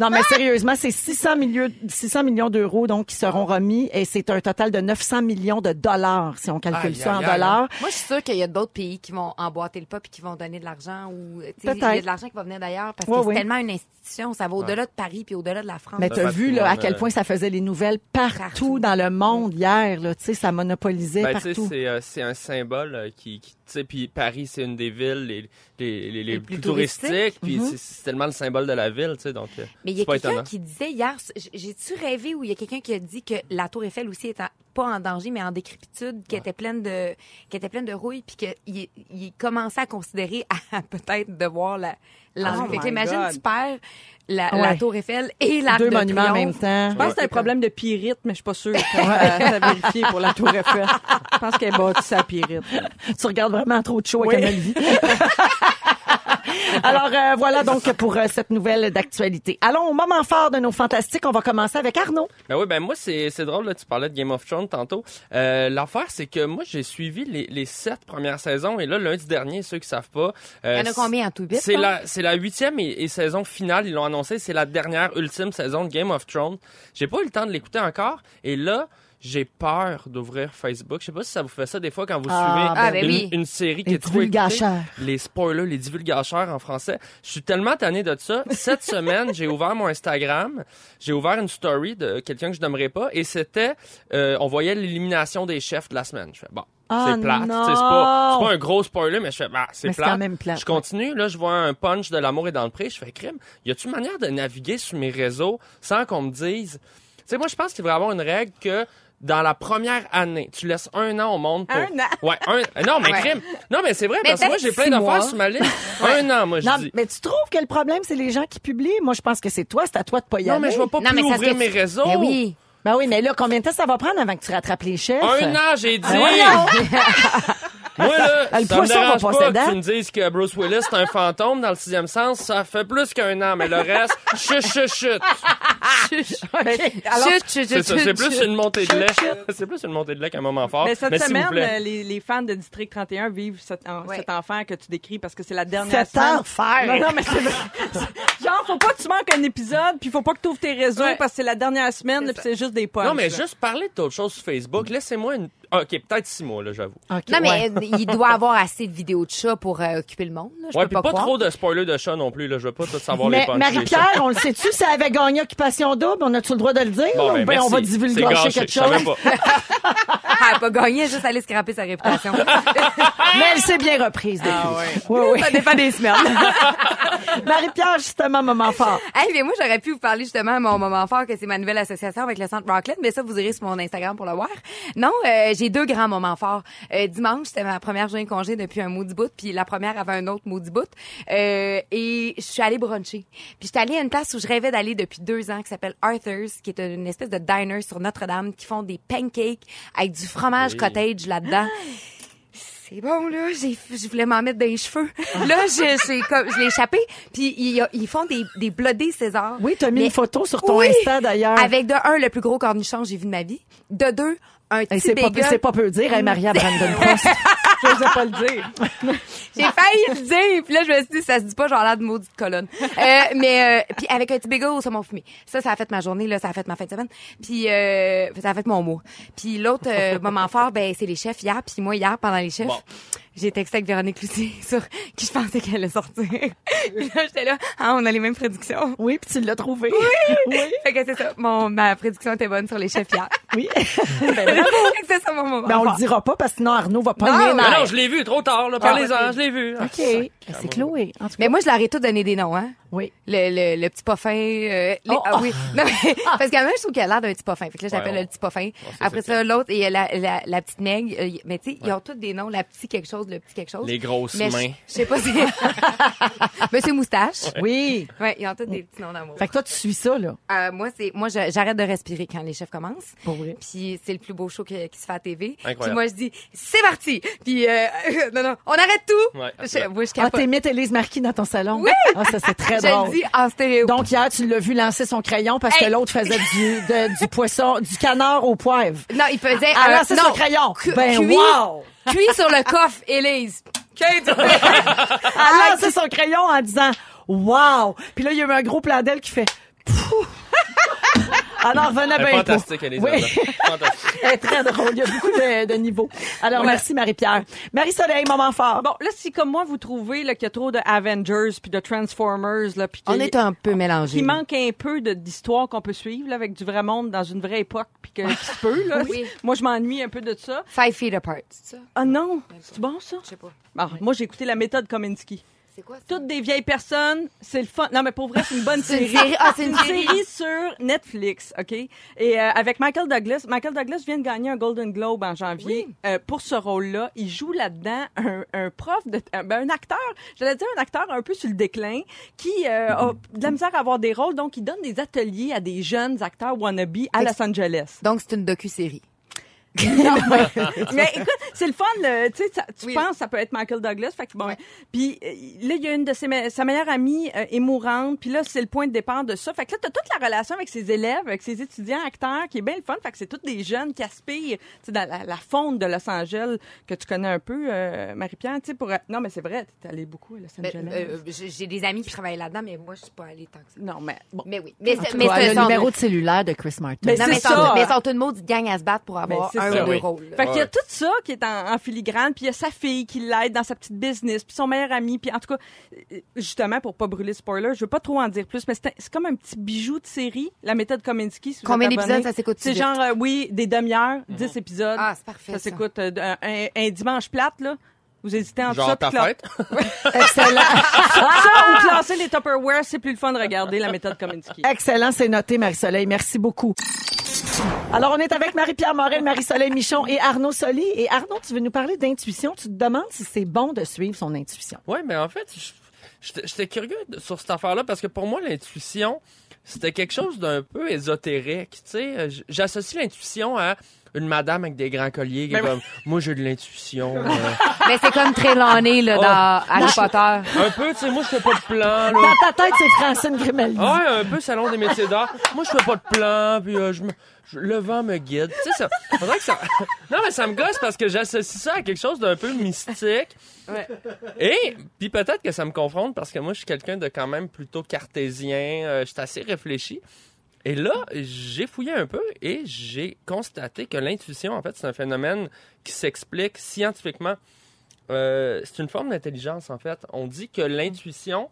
S3: Non, mais sérieusement, c'est 600, milieux- 600 millions d'euros donc qui seront remis, et c'est un total de 900 millions de dollars, si on calcule
S4: Aïe,
S3: ça en
S4: aïe, hein. aïe.
S3: dollars.
S5: Moi, je suis sûre qu'il y a d'autres pays qui vont emboîter le pas puis qui vont donner de l'argent ou tu sais, il y a
S3: Peut-être.
S5: de l'argent qui va venir d'ailleurs parce
S3: Oui,
S5: que
S3: oui.
S5: c'est tellement une institution, ça va au-delà de Paris puis au-delà de la France.
S3: Mais
S4: Le
S3: t'as vu là, à
S4: patrimoine,
S3: quel
S4: euh,
S3: point ça faisait les nouvelles partout,
S5: Partout.
S3: dans le monde hier. Là, tu sais, ça monopolisait
S4: Ben, tu sais,
S3: partout.
S4: c'est, euh, c'est un symbole euh, qui, qui- tu sais, puis Paris, c'est une des villes les, les, les, les
S5: Les plus
S4: plus touristiques, puis
S3: Mm-hmm.
S4: c'est- c'est tellement le symbole de la ville, tu sais, donc euh,
S5: Mais il y a
S4: c'est pas
S5: quelqu'un
S4: étonnant.
S5: qui disait hier, j- j'ai-tu rêvé où il y a quelqu'un qui a dit que la Tour Eiffel aussi est en- pas en danger, mais en décrépitude, qui était pleine de, qui était pleine de rouille, puis qu'il est- il commençait à considérer à, peut-être devoir la l'enlever.
S2: Oh
S5: Fait que
S2: my
S5: imagine,
S2: God.
S5: tu perds la,
S3: Ouais.
S5: la Tour Eiffel et la
S3: Deux monuments en même temps.
S2: Je pense que c'est un problème de pyrite, mais je suis pas sûre. Quand, euh, t'as vérifié pour la Tour Eiffel. Je pense qu'elle est bâtie à pyrite.
S3: Tu regardes vraiment trop de show avec un Olivier. Alors euh, voilà donc pour euh, cette nouvelle d'actualité. Allons au moment fort de nos fantastiques. On va commencer avec Arnaud.
S4: Ben oui, ben moi, c'est c'est drôle, là, tu parlais de Game of Thrones tantôt. Euh, L'affaire, c'est que moi, j'ai suivi les, les sept premières saisons, et là, lundi dernier, ceux qui savent pas... euh,
S5: Il y en a combien en tout bit?
S4: C'est
S5: hein?
S4: la, c'est la huitième et, et saison finale, ils l'ont annoncé, c'est la dernière ultime saison de Game of Thrones. J'ai pas eu le temps de l'écouter encore, et là, j'ai peur d'ouvrir Facebook. Je sais pas si ça vous fait ça des fois quand vous
S3: Ah,
S4: suivez
S5: Ah, ben
S4: une,
S5: oui.
S4: une série qui
S3: Les
S4: est trop écoutée.
S3: divulgacheurs.
S4: Les spoilers, les divulgacheurs en français. Je suis tellement tanné de ça. Cette semaine, j'ai ouvert mon Instagram, j'ai ouvert une story de quelqu'un que je nommerai pas, et c'était, euh, on voyait l'élimination des chefs de la semaine. Je fais, bon,
S3: Ah,
S4: c'est plate. tu sais, C'est
S3: non.
S4: pas, c'est pas un gros spoiler, mais je fais, bah, c'est
S3: Mais c'est
S4: plate.
S3: quand même plate.
S4: Je continue, là, je vois un punch de l'amour et dans le pré, je fais crime. Y a-tu une manière de naviguer sur mes réseaux sans qu'on me dise. Tu sais, moi, je pense qu'il devrait y avoir une règle que dans la première année, tu laisses un an au monde pour.
S2: Un an?
S4: Ouais, un. Non, mais
S5: Ouais.
S4: crime. Non, mais c'est vrai,
S5: Mais
S4: parce
S3: ben,
S4: que moi,
S5: peut-être
S4: j'ai plein
S5: six mois.
S4: d'affaires sur ma liste. Un an, moi, je
S3: Non,
S4: dis.
S3: mais tu trouves que le problème c'est les gens qui publient Moi je pense que c'est toi, c'est à toi de pas y
S4: Non,
S3: aller.
S4: mais je vais pas
S5: Non,
S4: plus
S5: mais ça se
S4: ouvrir
S5: fait-
S4: mes réseaux.
S5: Ben oui.
S3: Ben oui, mais là combien de temps ça va prendre avant que tu rattrapes les chefs
S4: Un an, j'ai dit.
S3: voyons.
S4: Moi, là,
S3: Le
S4: ça me
S3: poisson va
S4: dérange
S3: passer
S4: pas
S3: dedans.
S4: que tu me dises que Bruce Willis est un fantôme dans le sixième sens. Ça fait plus qu'un an, mais le reste, chut, chut, chut.
S5: Alors, chut, chut,
S4: C'est
S5: chut,
S4: ça, c'est
S5: chut,
S4: plus
S5: chut.
S4: une montée de lait. C'est plus une montée de lait qu'un moment fort.
S2: Mais cette
S4: Mais s'il vous
S2: semaine,
S4: plaît.
S2: euh, les, les fans de District 31 vivent cet, en-
S5: Ouais.
S2: cet enfer que tu décris parce que c'est la dernière
S3: Cet
S2: semaine.
S3: enfer!
S2: Non, non, mais c'est c'est- Genre, faut pas que tu manques un épisode, puis faut pas que tu ouvres tes réseaux
S4: Ouais.
S2: parce que c'est la dernière semaine, puis c'est juste des
S3: euh,
S2: punchs.
S4: Non, mais juste parler d'autre chose sur Facebook. Laissez-moi une. Ah, OK, peut-être six mois, là, j'avoue.
S3: Ok,
S5: Non,
S3: ouais.
S5: mais euh, il doit avoir assez de vidéos de chats pour euh, occuper le monde. Là. Je
S4: Ouais,
S5: peux
S4: puis
S5: pas,
S4: pas,
S5: croire.
S4: trop de spoilers de chat non plus, là. Je veux pas tout savoir les
S3: Mais
S4: punchs. des chats.
S3: Marie-Pierre, on le sait-tu, ça avait gagné Occupation Double? On a-tu le droit de le dire?
S4: Bon,
S3: là,
S4: ben,
S3: ou bien on va
S4: merci. C'est
S3: divulgacher
S4: gâché,
S3: quelque
S4: je savais
S3: chose?
S4: pas.
S5: Ah, elle a pas gagné, juste aller scraper sa réputation.
S3: Mais elle s'est bien reprise depuis.
S4: Ah,
S3: Oui, oui.
S5: ça dépend des semaines.
S3: Marie-Pierre, justement, moment fort.
S5: hey, mais moi, j'aurais pu vous parler justement à mon moment fort, que c'est ma nouvelle association avec le Centre Rockland, mais ça, vous irez sur mon Instagram pour le voir. Non, euh, j'ai deux grands moments forts. Euh, dimanche, c'était ma première journée de congé depuis un maudit bout, puis la première avait un autre maudit bout. Euh, et je suis allée bruncher. Puis j'étais allée à une place où je rêvais d'aller depuis deux ans, qui s'appelle Arthur's, qui est une espèce de diner sur Notre-Dame, qui font des pancakes avec du fromage cottage là-dedans. Ah, c'est bon là, j'ai je voulais m'en mettre dans les cheveux. Là, je c'est comme je l'ai échappé, puis ils, ils font des des blodés César.
S3: Oui, t'as mis
S5: Mais-
S3: une photo sur ton
S5: Oui!
S3: Insta, d'ailleurs.
S5: Avec de un le plus gros cornichon que j'ai vu de ma vie, de deux un
S3: Et
S5: petit
S3: C'est pas, peu-
S5: bagel.
S3: c'est pas peu dire, hein, Maria Brandon Cross.
S2: Je n'osais pas le dire.
S5: J'ai failli le dire, puis là je me suis dit ça se dit pas genre là de maudite colonne. Euh, mais euh, puis avec un petit bagel au saumon fumé. Ça ça a fait ma journée là, ça a fait ma fin de semaine. Puis euh, ça a fait mon mot. Puis l'autre euh, moment fort ben c'est les chefs hier, puis moi hier pendant les chefs.
S4: Bon.
S5: J'ai texté avec Véronique Loutier sur qui je pensais qu'elle allait sortir. Puis là, j'étais là, ah, on a les mêmes prédictions.
S3: Oui, puis tu l'as trouvé. Oui.
S5: Fait que c'est ça, mon, ma prédiction était bonne sur les chefs hier.
S3: Oui.
S5: Fait que c'est ça mon moment.
S3: Mais Ben, on le
S5: fort.
S3: dira pas parce que sinon Arnaud va pas
S5: Non,
S3: les
S4: Mais
S3: nerfs.
S4: non, je l'ai vu, trop tard,
S3: Ah,
S4: là. Parlez-en, je l'ai vu. Ah,
S3: OK. C'est Chloé. En tout cas,
S5: Mais moi, je leur ai tout donné des noms, hein.
S3: oui.
S5: Le, le, le petit poffin. euh, les-
S3: Oh,
S5: ah oui. Non, mais- parce qu'à même, je trouve qu'elle a l'air d'un petit poffin. Fait que là, j'appelle
S4: Ouais, on-
S5: le petit poffin.
S4: on sait
S5: Après
S4: c'est
S5: ça, l'autre, et la, la, la petite Meg. euh, y- Mais tu sais, ils ont tous des noms. La petite quelque chose, le petit quelque chose.
S4: Les grosses
S5: Oh. mais je-
S4: mains.
S5: Je sais pas si... Monsieur Moustache.
S3: Oui.
S5: Ouais, ils ont tous des petits noms d'amour.
S3: Fait que toi, tu suis ça, là.
S5: Euh, moi, c'est moi, je- j'arrête de respirer quand les chefs commencent.
S3: Pour vrai.
S5: Puis c'est le plus beau show que- qui se fait à TV.
S4: Incroyable.
S5: Puis moi, je dis c'est parti. Puis euh, non, non, on arrête tout.
S4: Ouais,
S5: je,
S4: absolument.
S5: moi, je
S3: Ah,
S5: capote.
S3: t'imites Élise Marquis dans ton salon?
S5: Oui.
S3: Ah, ça, c'est très
S5: je le
S3: drôle.
S5: dis en stéréo.
S3: Donc, hier, tu l'as vu lancer son crayon parce que
S5: Hey.
S3: l'autre faisait du, de- du poisson, du canard au poivre.
S5: non, il faisait
S3: Ah,
S5: euh,
S3: là, c'est
S5: non,
S3: son crayon.
S5: cu-
S3: Ben,
S5: cuit,
S3: wow.
S5: cuit sur le coffre, Élise. Qu'est-ce que tu fais?
S3: Elle lance Ah, son crayon en disant Wow! Puis là, il y a eu un gros plan d'elle qui fait Pouf! Alors, revenait
S4: Elle
S3: bien
S4: est
S3: pas.
S4: fantastique, elle est
S3: Ah ben, Oui.
S4: Fantastique.
S3: Elle est très drôle. Il y a beaucoup de, de niveaux. Alors, merci, Marie-Pierre. Marie-Soleil, moment fort.
S2: Bon, là, si comme moi, vous trouvez là, qu'il y a trop de Avengers puis de Transformers, là, puis
S5: On
S2: qu'il-
S5: est un peu mélangés.
S2: qu'il manque un peu de- d'histoire qu'on peut suivre là, avec du vrai monde dans une vraie époque puis que qui se peut là.
S5: Oui.
S2: Moi je m'ennuie un peu de ça.
S5: Five feet apart. C'est ça?
S2: Ah non, c'est bon ça
S5: Je sais pas.
S2: Ah, Moi j'ai écouté la méthode Kominsky.
S5: C'est quoi? ça?
S2: Toutes des vieilles personnes, c'est le fun. Non mais pour vrai, c'est une bonne
S5: C'est une
S2: série.
S5: série. Ah, c'est
S2: C'est
S5: une
S2: une
S5: série.
S2: série sur Netflix, OK? Et euh, avec Michael Douglas. Michael Douglas vient de gagner un Golden Globe en janvier euh, pour ce rôle-là. Il joue là-dedans un, un prof, de, un, ben, un acteur, j'allais dire un acteur un peu sur le déclin, qui euh, a de la misère à avoir des rôles, donc il donne des ateliers à des jeunes acteurs wannabe à Los Angeles.
S5: Donc, c'est une docu-série.
S2: Mais écoute, c'est le fun, le- tu sais, ça- tu
S5: Oui.
S2: penses que ça peut être Michael Douglas, fait que bon. Puis euh, là, il y a une de ses, me- sa meilleure amie euh, est mourante, puis là, c'est le point de départ de ça. Fait que là, t'as toute la relation avec ses élèves, avec ses étudiants acteurs, qui est bien le fun. Fait que c'est tous des jeunes qui aspirent, tu sais, dans la, la faune de Los Angeles que tu connais un peu, euh, Marie-Pierre, tu sais, pour. Non, mais c'est vrai, t'es allée beaucoup à Los
S5: Ben,
S2: Angeles.
S5: euh, J'ai j'ai des amis qui travaillent là-dedans, mais moi, je suis pas allée tant que ça.
S2: non, mais bon.
S5: Mais oui. Mais, c'est-
S3: En tout
S5: mais
S3: cas,
S5: c'est
S3: le
S5: son-
S3: numéro de cellulaire de Chris Martin.
S2: Mais
S5: Non, mais Ben,
S2: c'est
S5: sont-
S2: ça.
S5: Mais sont une maudite gang à se battre pour avoir
S2: c'est
S5: un
S2: ça.
S5: ou deux
S4: Oui.
S5: rôles. là.
S2: Fait qu'il y a
S4: Ouais.
S2: tout ça qui est en, en filigrane, puis il y a sa fille qui l'aide dans sa petite business, puis son meilleur ami, puis en tout cas, euh, justement, pour pas brûler spoiler, je veux pas trop en dire plus, mais c'est un- c'est comme un petit bijou de série, la méthode Kominsky. Si vous
S5: Combien
S2: êtes abonné.
S5: d'épisodes ça s'écoute-tu
S2: C'est
S5: vite?
S2: genre, euh, oui, des demi-heures,
S4: Mhm.
S2: 10 épisodes.
S5: Ah, c'est parfait,
S2: Ça
S5: ça.
S2: s'écoute euh, un, un- un dimanche plate, là. Vous hésitez entre ça
S4: Genre ta
S2: puis cla-
S4: fête?
S3: Excellent.
S2: ça ou classer les Tupperware, c'est plus le fun de regarder la méthode Kominsky.
S3: Excellent, c'est noté, Marie-Soleil. Merci beaucoup. Alors, on est avec Marie-Pierre Morel, Marie-Soleil Michon et Arnaud Soli. Et Arnaud, tu veux nous parler d'intuition. Tu te demandes si c'est bon de suivre son intuition.
S4: Ouais, mais en fait, je- j'étais j'étais curieux de- sur cette affaire-là parce que pour moi, l'intuition, c'était quelque chose d'un peu ésotérique. Tu sais, Euh, j- j'associe l'intuition à une madame avec des grands colliers qui est
S3: Ben oui.
S4: comme moi j'ai de l'intuition euh.
S5: Mais c'est comme Trelawney, là, dans Harry Potter.
S4: un peu tu sais moi je fais pas de plan là
S3: Dans ta tête, c'est Francine Grimaldi.
S2: Oh!
S4: Ah ouais, un peu salon des métiers d'art. Moi, je fais pas de plan, puis euh, je me- je- le vent me guide. Tu sais, ça, on dirait que ça... Non, mais ça me gosse parce que j'associe ça à quelque chose d'un peu mystique.
S2: Ouais.
S4: Et, puis peut-être que ça me confronte parce que moi, je suis quelqu'un de quand même plutôt cartésien. euh, je suis assez réfléchi. Et là, j'ai fouillé un peu et j'ai constaté que l'intuition, en fait, c'est un phénomène qui s'explique scientifiquement. Euh, c'est une forme d'intelligence, en fait. On dit que l'intuition,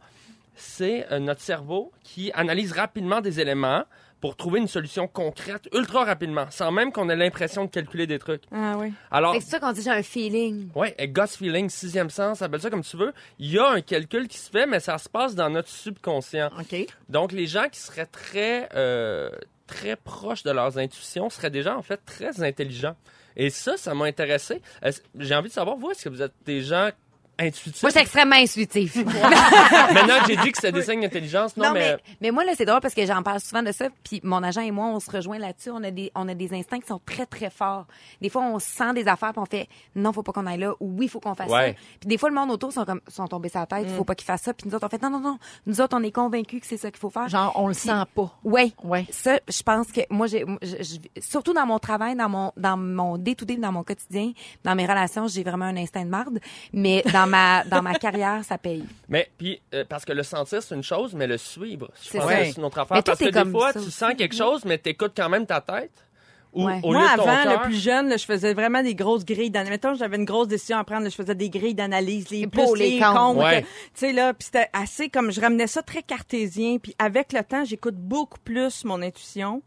S4: c'est euh, notre cerveau qui analyse rapidement des éléments pour trouver une solution concrète ultra rapidement, sans même qu'on ait l'impression de calculer des trucs.
S2: Ah oui.
S4: Alors,
S5: Fait que C'est ça qu'on dit, j'ai un feeling.
S4: ouais, et gut feeling, sixième sens, appelle ça comme tu veux. Il y a un calcul qui se fait, mais ça se passe dans notre subconscient.
S3: OK.
S4: Donc, les gens qui seraient très, euh, très proches de leurs intuitions seraient déjà, en fait, très intelligents. Et ça, ça m'a intéressé. Est-ce- J'ai envie de savoir, vous, est-ce que vous êtes des gens intuitifs?
S5: Moi, je suis extrêmement intuitif.
S4: Maintenant que j'ai dit que ça dessine l'intelligence, non,
S5: Non, mais...
S4: mais...
S5: mais moi, là, c'est drôle parce que j'en parle souvent de ça. Puis mon agent et moi, on se rejoint là-dessus. On, a des- on a des instincts qui sont très, très forts. Des fois, on sent des affaires puis on fait non, faut pas qu'on aille là. Ou oui, faut qu'on fasse ça.
S4: Ouais.
S5: Puis des fois, le monde autour sont, comme, sont tombés sur la tête.
S3: Mm.
S5: Faut pas qu'ils fassent ça. Puis nous autres, on fait non, non, non. Nous autres, on est convaincus que c'est ça qu'il faut faire.
S3: Genre, on le
S5: Puis-
S3: sent pas.
S5: Ouais.
S3: Ouais.
S5: Ça, je pense que moi, j'ai, moi, je- je- surtout dans mon travail, dans mon, dans mon day-to-day, dans mon quotidien, dans mes relations, j'ai vraiment un instinct de marde. Mais dans ma, dans ma carrière, ça paye.
S4: Mais puis euh, parce que le sentir c'est une chose, mais le suivre, je
S5: C'est
S4: pense
S3: ça.
S4: que c'est une autre affaire.
S5: Mais toi,
S4: parce que
S5: t'es
S4: des
S5: comme
S4: fois,
S5: ça
S4: tu
S5: aussi.
S4: sens quelque chose, mais t'écoutes quand même ta tête. Ou
S5: Ouais.
S4: au
S2: Moi,
S4: lieu de ton
S2: avant,
S4: cœur.
S2: le plus jeune, là, je faisais vraiment des grosses grilles d'analyse. Mettons, j'avais une grosse décision à prendre, là, je faisais des grilles d'analyse, les
S5: Les
S2: plus,
S5: pour,
S2: les,
S5: les contre.
S2: contre.
S4: Ouais.
S2: Tu sais, là, puis c'était assez comme, je ramenais ça très cartésien. Puis avec le temps, j'écoute beaucoup plus mon intuition.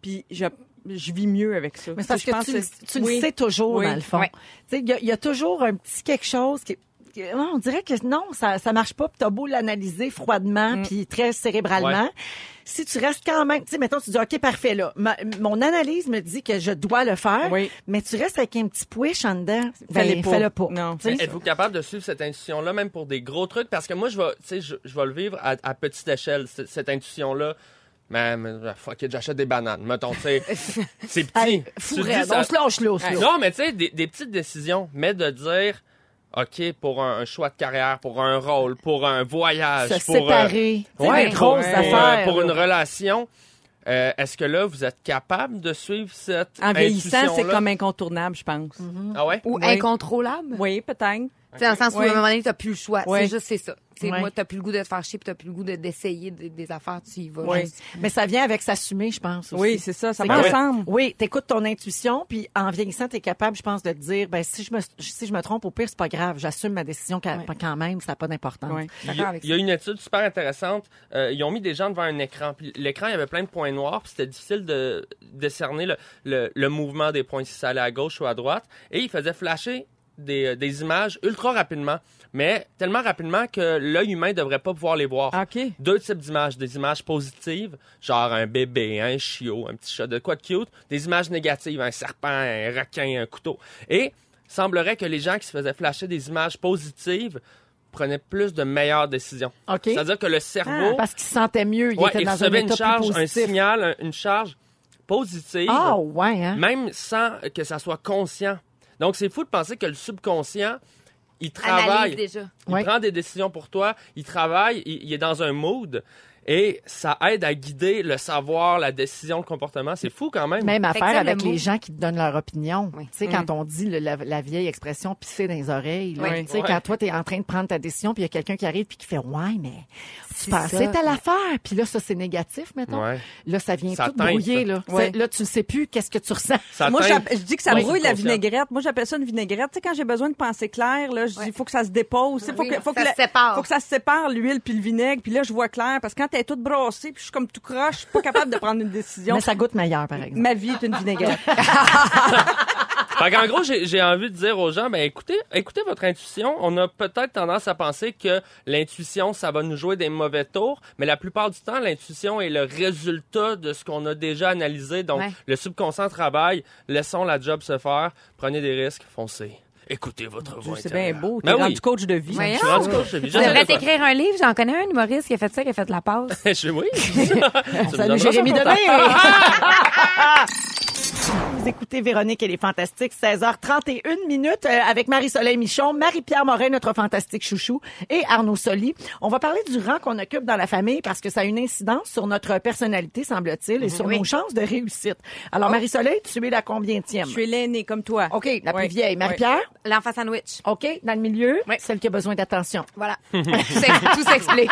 S2: Puis je, je vis mieux avec ça.
S3: Mais c'est parce
S2: Je pense
S3: que tu, le- tu
S2: oui.
S3: le sais toujours,
S2: Oui.
S3: dans le fond.
S5: Ouais.
S3: Tu sais, Il y, a- il y a toujours un petit quelque chose qui... qui- On dirait que non, ça ça marche pas. Puis t'as beau l'analyser froidement, puis très cérébralement, si tu restes quand même, tu sais, mettons, tu dis ok parfait là, ma- mon analyse me dit que je dois le faire,
S2: Oui.
S3: mais tu restes avec un petit push en dedans. Ben,
S2: Fais-les pas.
S3: fais-le pas.
S2: Non.
S3: Tu sais,
S4: Êtes-vous capable de suivre cette intuition-là, même pour des gros trucs? Parce que moi, je vais, tu sais, je, je vais le vivre à, à petite échelle, c- cette intuition-là. Mais, mais, fuck it, j'achète des bananes. Mettons, tu sais, c'est petit. Tu
S3: fou
S4: te dis,
S3: raide,
S4: ça-
S3: on se lâche là, on se lâche.
S4: Non, mais tu sais, des, des petites décisions, mais de dire, OK, pour un, un choix de carrière, pour un rôle, pour un voyage,
S3: se
S4: pour. euh,
S3: séparer, Tu sais,
S4: Ouais,
S3: des grosses
S4: pour, euh,
S3: affaires.
S4: Pour une relation, euh, est-ce que là, vous êtes capable de suivre cette
S2: En vieillissant, c'est
S4: intuition-là?
S2: comme incontournable, je pense.
S3: Mhm.
S4: Ah ouais?
S5: Ou
S2: Oui.
S5: incontrôlable.
S2: Oui, peut-être.
S5: Tu sais, Dans le sens où,
S2: Ouais.
S5: à un moment donné, t'as plus le choix.
S2: Ouais.
S5: C'est juste, c'est ça. Tu sais,
S3: Ouais.
S5: Moi, t'as plus le goût de te faire chier, puis t'as plus le goût de- d'essayer des, des affaires, tu y vas.
S2: Ouais.
S5: juste.
S3: Mais ça vient avec s'assumer, je pense. aussi.
S2: Oui, c'est ça, ça
S3: C'est
S2: va
S3: que-
S2: ensemble.
S3: Oui, t'écoutes ton intuition, puis en vieillissant, t'es capable, je pense, de te dire, ben si je me si je me trompe, au pire c'est pas grave, j'assume ma décision quand, quand même, ça n'a pas d'importance.
S2: Ouais.
S5: Je suis
S4: Il y,
S5: d'accord
S4: a,
S5: avec
S4: il y a une étude super intéressante. Euh, ils ont mis des gens devant un écran. Puis l'écran, il y avait plein de points noirs. Puis c'était difficile de décerner le, le- le mouvement des points, si ça allait à gauche ou à droite. Et ils faisaient flasher des, euh, des images ultra rapidement. Mais tellement rapidement que l'œil humain devrait pas pouvoir les
S3: Ah,
S4: voir.
S2: Ah, OK.
S4: Deux types d'images. Des images positives, genre un bébé, un chiot, un petit chat, de quoi de cute. Des images négatives, un serpent, un requin, un couteau. Et semblerait que les gens qui se faisaient flasher des images positives prenaient plus de meilleures décisions.
S3: OK.
S4: C'est-à-dire que le cerveau,
S3: Ah, Parce qu'il se sentait mieux, il
S4: ouais,
S3: était
S4: il
S3: dans un
S4: recevait une
S3: état
S4: charge,
S3: plus
S4: un
S3: positif.
S4: signal, un- une charge positive,
S3: Ah ouais hein.
S4: même sans que ça soit conscient. Donc c'est fou de penser que le subconscient, il
S5: Analyse
S4: travaille.
S5: déjà.
S4: Il
S3: Ouais.
S4: prend des décisions pour toi, il travaille, il, il est dans un mood et ça aide à guider le savoir, la décision, le comportement. C'est fou quand même.
S3: Même
S5: que
S3: affaire
S5: ça,
S3: avec
S5: le mot-
S3: les gens qui te donnent leur opinion.
S5: Oui.
S3: Tu sais, quand on dit le- la, la vieille expression pisser dans les oreilles, là,
S2: Oui.
S3: tu sais,
S4: Ouais.
S3: quand toi, t'es en train de prendre ta décision, puis il y a quelqu'un qui arrive puis qui fait Ouais, mais tu
S5: C'est
S3: pensais
S5: ça.
S3: à l'affaire, puis là, ça, c'est négatif, mettons.
S4: Ouais.
S3: Là, ça vient
S4: Ça
S3: tout
S4: teinte,
S3: brouiller,
S4: ça.
S3: là.
S2: Ouais.
S3: C'est- Là, tu ne sais plus qu'est-ce que tu ressens.
S4: Ça
S2: Moi,
S4: teinte.
S2: j'app- je dis que ça
S4: Ouais.
S2: brouille la
S4: Conscient.
S2: vinaigrette. Moi, j'appelle ça une vinaigrette. Tu sais, quand j'ai besoin de penser clair, là, je dis, faut que ça se dépose. Il faut,
S5: Oui,
S2: que, faut,
S5: ça
S2: que
S5: se sépare.
S2: faut que ça se sépare, l'huile puis le vinaigre. Puis là, je vois clair. Parce que quand t'es toute brossée, puis je suis comme tout croche, je suis pas capable de prendre une décision.
S3: Mais ça goûte meilleur, par exemple.
S2: Ma vie est une vinaigrette.
S4: Fait qu'en gros, j'ai j'ai envie de dire aux gens, ben écoutez, écoutez votre intuition. On a peut-être tendance à penser que l'intuition, ça va nous jouer des mauvais tours, mais la plupart du temps, l'intuition est le résultat de ce qu'on a déjà analysé. Donc,
S5: Ouais.
S4: le subconscient travaille. Laissons la job se faire. Prenez des risques, foncez. Écoutez votre voix.
S2: C'est bien
S4: intérieure.
S2: beau. T'es
S4: Ben oui.
S2: rendu coach de vie.
S5: Voyons.
S4: Je suis rendu coach de vie. Je
S5: Tu devrais
S4: sais pas.
S5: t'écrire un livre. J'en connais un humoriste qui a fait ça, qui a fait la passe.
S4: Je- oui. Tu me donneras
S3: Salut, Jérémy
S4: son contact.
S3: Demé! Vous écoutez Véronique et les Fantastiques, 16h31 minutes euh, avec Marie-Soleil Michon, Marie-Pierre Morin, notre fantastique chouchou, et Arnaud Soli. On va parler du rang qu'on occupe dans la famille parce que ça a une incidence sur notre personnalité,
S2: Mhm.
S3: semble-t-il, et sur nos chances de réussite. Alors, Marie-Soleil, tu es la combientième?
S2: Oh. Je suis l'aînée, comme toi.
S3: OK, la
S2: Ouais.
S3: plus vieille.
S2: Ouais.
S3: Marie-Pierre?
S5: L'enfant sandwich.
S3: OK, dans le milieu,
S5: Oui.
S3: celle qui a besoin d'attention.
S5: Voilà. tout s'ex- tout s'explique.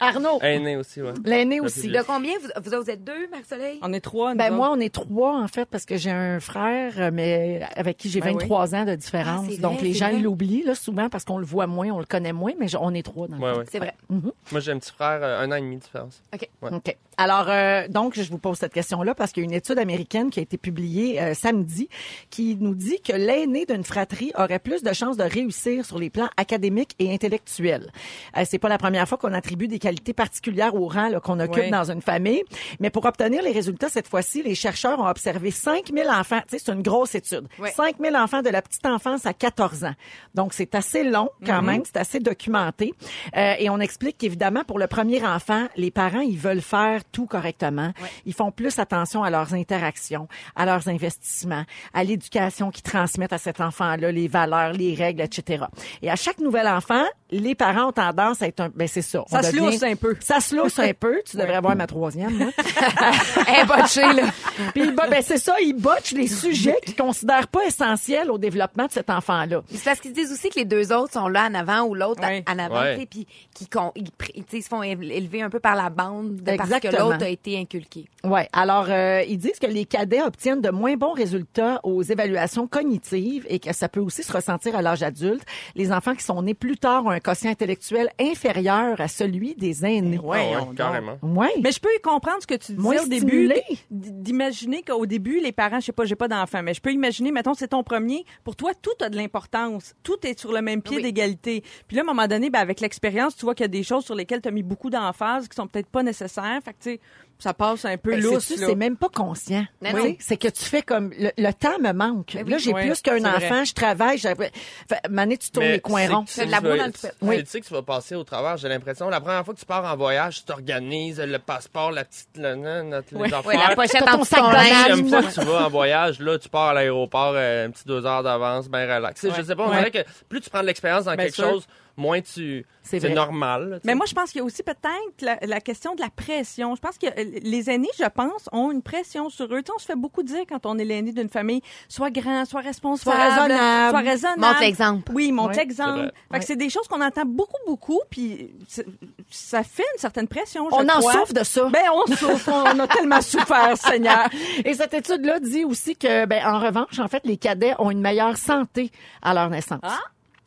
S3: Arnaud,
S4: Aîné aussi, ouais.
S3: l'aîné
S4: plus
S3: aussi.
S4: vieille.
S5: De combien? Vous, vous autres, vous êtes deux, Marc-Soleil?
S2: On est trois. nous
S3: Ben
S2: autres.
S3: moi, on est trois, en fait, parce que j'ai un frère, euh, mais avec qui j'ai
S2: Ben oui.
S3: 23 ans de différence.
S5: Ah, c'est
S3: Donc,
S5: vrai,
S3: les
S5: c'est
S3: gens
S5: vrai.
S3: l'oublient, là, souvent, parce qu'on le voit moins, on le connaît moins, mais je- on est trois. Dans le
S4: Ouais,
S3: fond. Mhm.
S4: ouais.
S5: C'est vrai.
S4: Moi, j'ai un petit frère, euh, un an et demi de différence. ouais.
S3: OK. Alors, euh, donc, je vous pose cette question-là parce qu'il y a une étude américaine qui a été publiée euh, samedi qui nous dit que l'aîné d'une fratrie aurait plus de chances de réussir sur les plans académiques et intellectuels. Euh, c'est pas la première fois qu'on attribue des qualités particulières au rang là, qu'on occupe
S2: Oui.
S3: dans dans une famille. Mais pour obtenir les résultats cette fois-ci, les chercheurs ont observé 5000 enfants. Tu sais, c'est une grosse étude.
S5: Ouais.
S3: 5000 enfants de la petite enfance à 14 ans. Donc, c'est assez long quand
S2: Mhm.
S3: même. C'est assez documenté. Euh, et on explique qu'évidemment, pour le premier enfant, les parents, ils veulent faire tout correctement. Ils font plus attention à leurs interactions, à leurs investissements, à l'éducation qu'ils transmettent à cet enfant-là, les valeurs, les règles, etc. Et à chaque nouvel enfant, les parents ont tendance à être un... Ben, c'est ça.
S2: Ça
S3: On
S2: se
S3: devient-
S2: lousse un peu.
S3: ça se lousse un peu. Tu devrais avoir ma troisième, moi.
S5: Eh, botché, là.
S3: Puis bah, ben, c'est ça, ils botchent les sujets qu'ils considèrent pas essentiels au développement de cet enfant-là.
S5: Puis C'est parce qu'ils se disent aussi que les deux autres sont là en avant ou l'autre
S2: Oui.
S5: en avant,
S4: Ouais.
S5: tu sais, puis qui con- ils, pr- ils, tu sais, ils se font éle- élever un peu par la bande de parce que
S3: Exactement.
S5: l'autre a été inculqué.
S3: Ouais. Alors, euh, ils disent que les cadets obtiennent de moins bons résultats aux évaluations cognitives et que ça peut aussi se ressentir à l'âge adulte. Les enfants qui sont nés plus tard ont un quotient intellectuel inférieur à celui des aînés.
S4: Ah ouais, carrément.
S3: Ouais.
S2: Mais je peux comprendre ce que tu disais
S3: Moins
S2: au début.
S3: stimulé.
S2: d- D'imaginer qu'au début, les parents, je sais pas, j'ai pas d'enfant, mais je peux imaginer, mettons, c'est ton premier. Pour toi, tout a de l'importance. Tout est sur le même pied
S5: Oui.
S2: d'égalité. Puis là, à un moment donné, ben, avec l'expérience, tu vois qu'il y a des choses sur lesquelles tu as mis beaucoup d'emphase qui sont peut-être pas nécessaires. Fait que, tu sais, ça passe un peu
S3: Ben,
S2: lousse.
S3: sais-tu,
S2: là.
S3: C'est même pas conscient.
S5: Mais
S3: Tu sais,
S5: non.
S3: C'est que tu fais comme le, le temps me manque.
S5: Ben oui.
S3: là, j'ai
S2: Ouais,
S3: plus qu'un
S2: c'est vrai.
S3: enfant, je travaille, j'ai- fait, Mané, tu tournes
S4: Mais
S3: les coins
S4: tu sais
S3: ronds.
S4: que
S5: T'as de la
S4: tu
S5: boule
S4: vas-
S5: dans le pet.
S4: tu-
S3: Oui.
S4: Tu sais que tu vas passer au travers, j'ai l'impression. La première fois que tu pars en voyage, tu t'organises le passeport, la petite. Le, le- notre- les affaires.
S5: Ouais, la pochette
S3: T'as ton
S5: en dessous
S3: sac
S5: de ton
S3: de
S5: linge.
S3: linge.
S4: deuxième fois que tu vas en voyage, là, tu pars à l'aéroport euh, un petit deux heures d'avance, ben relax. Tu sais, Je sais pas, on dirait que plus tu prends de l'expérience dans
S2: Bien
S4: quelque
S2: sûr.
S4: chose, moins tu.
S3: C'est
S4: C'est
S3: vrai.
S4: normal. là, tu
S2: Mais
S4: sais.
S2: moi, je pense qu'il y a aussi peut-être la, la question de la pression. Je pense que euh, les aînés, je pense, ont une pression sur eux. Tu sais, on se fait beaucoup dire quand on est l'aîné d'une famille, sois grand, sois responsable,
S3: Sois raisonnable.
S2: sois raisonnable.
S5: Montre l'exemple.
S2: Oui, montre
S3: Ouais.
S4: C'est
S2: l'exemple.
S4: vrai.
S2: Fait que c'est des choses qu'on entend beaucoup, beaucoup, puis c'est- ça fait une certaine pression. je
S3: On en
S2: crois.
S3: souffre de ça.
S2: Ben, on souffre. on a tellement souffert, Seigneur.
S3: Et cette étude-là dit aussi que, ben, en revanche, en fait, les cadets ont une meilleure santé à leur naissance.
S2: Ah.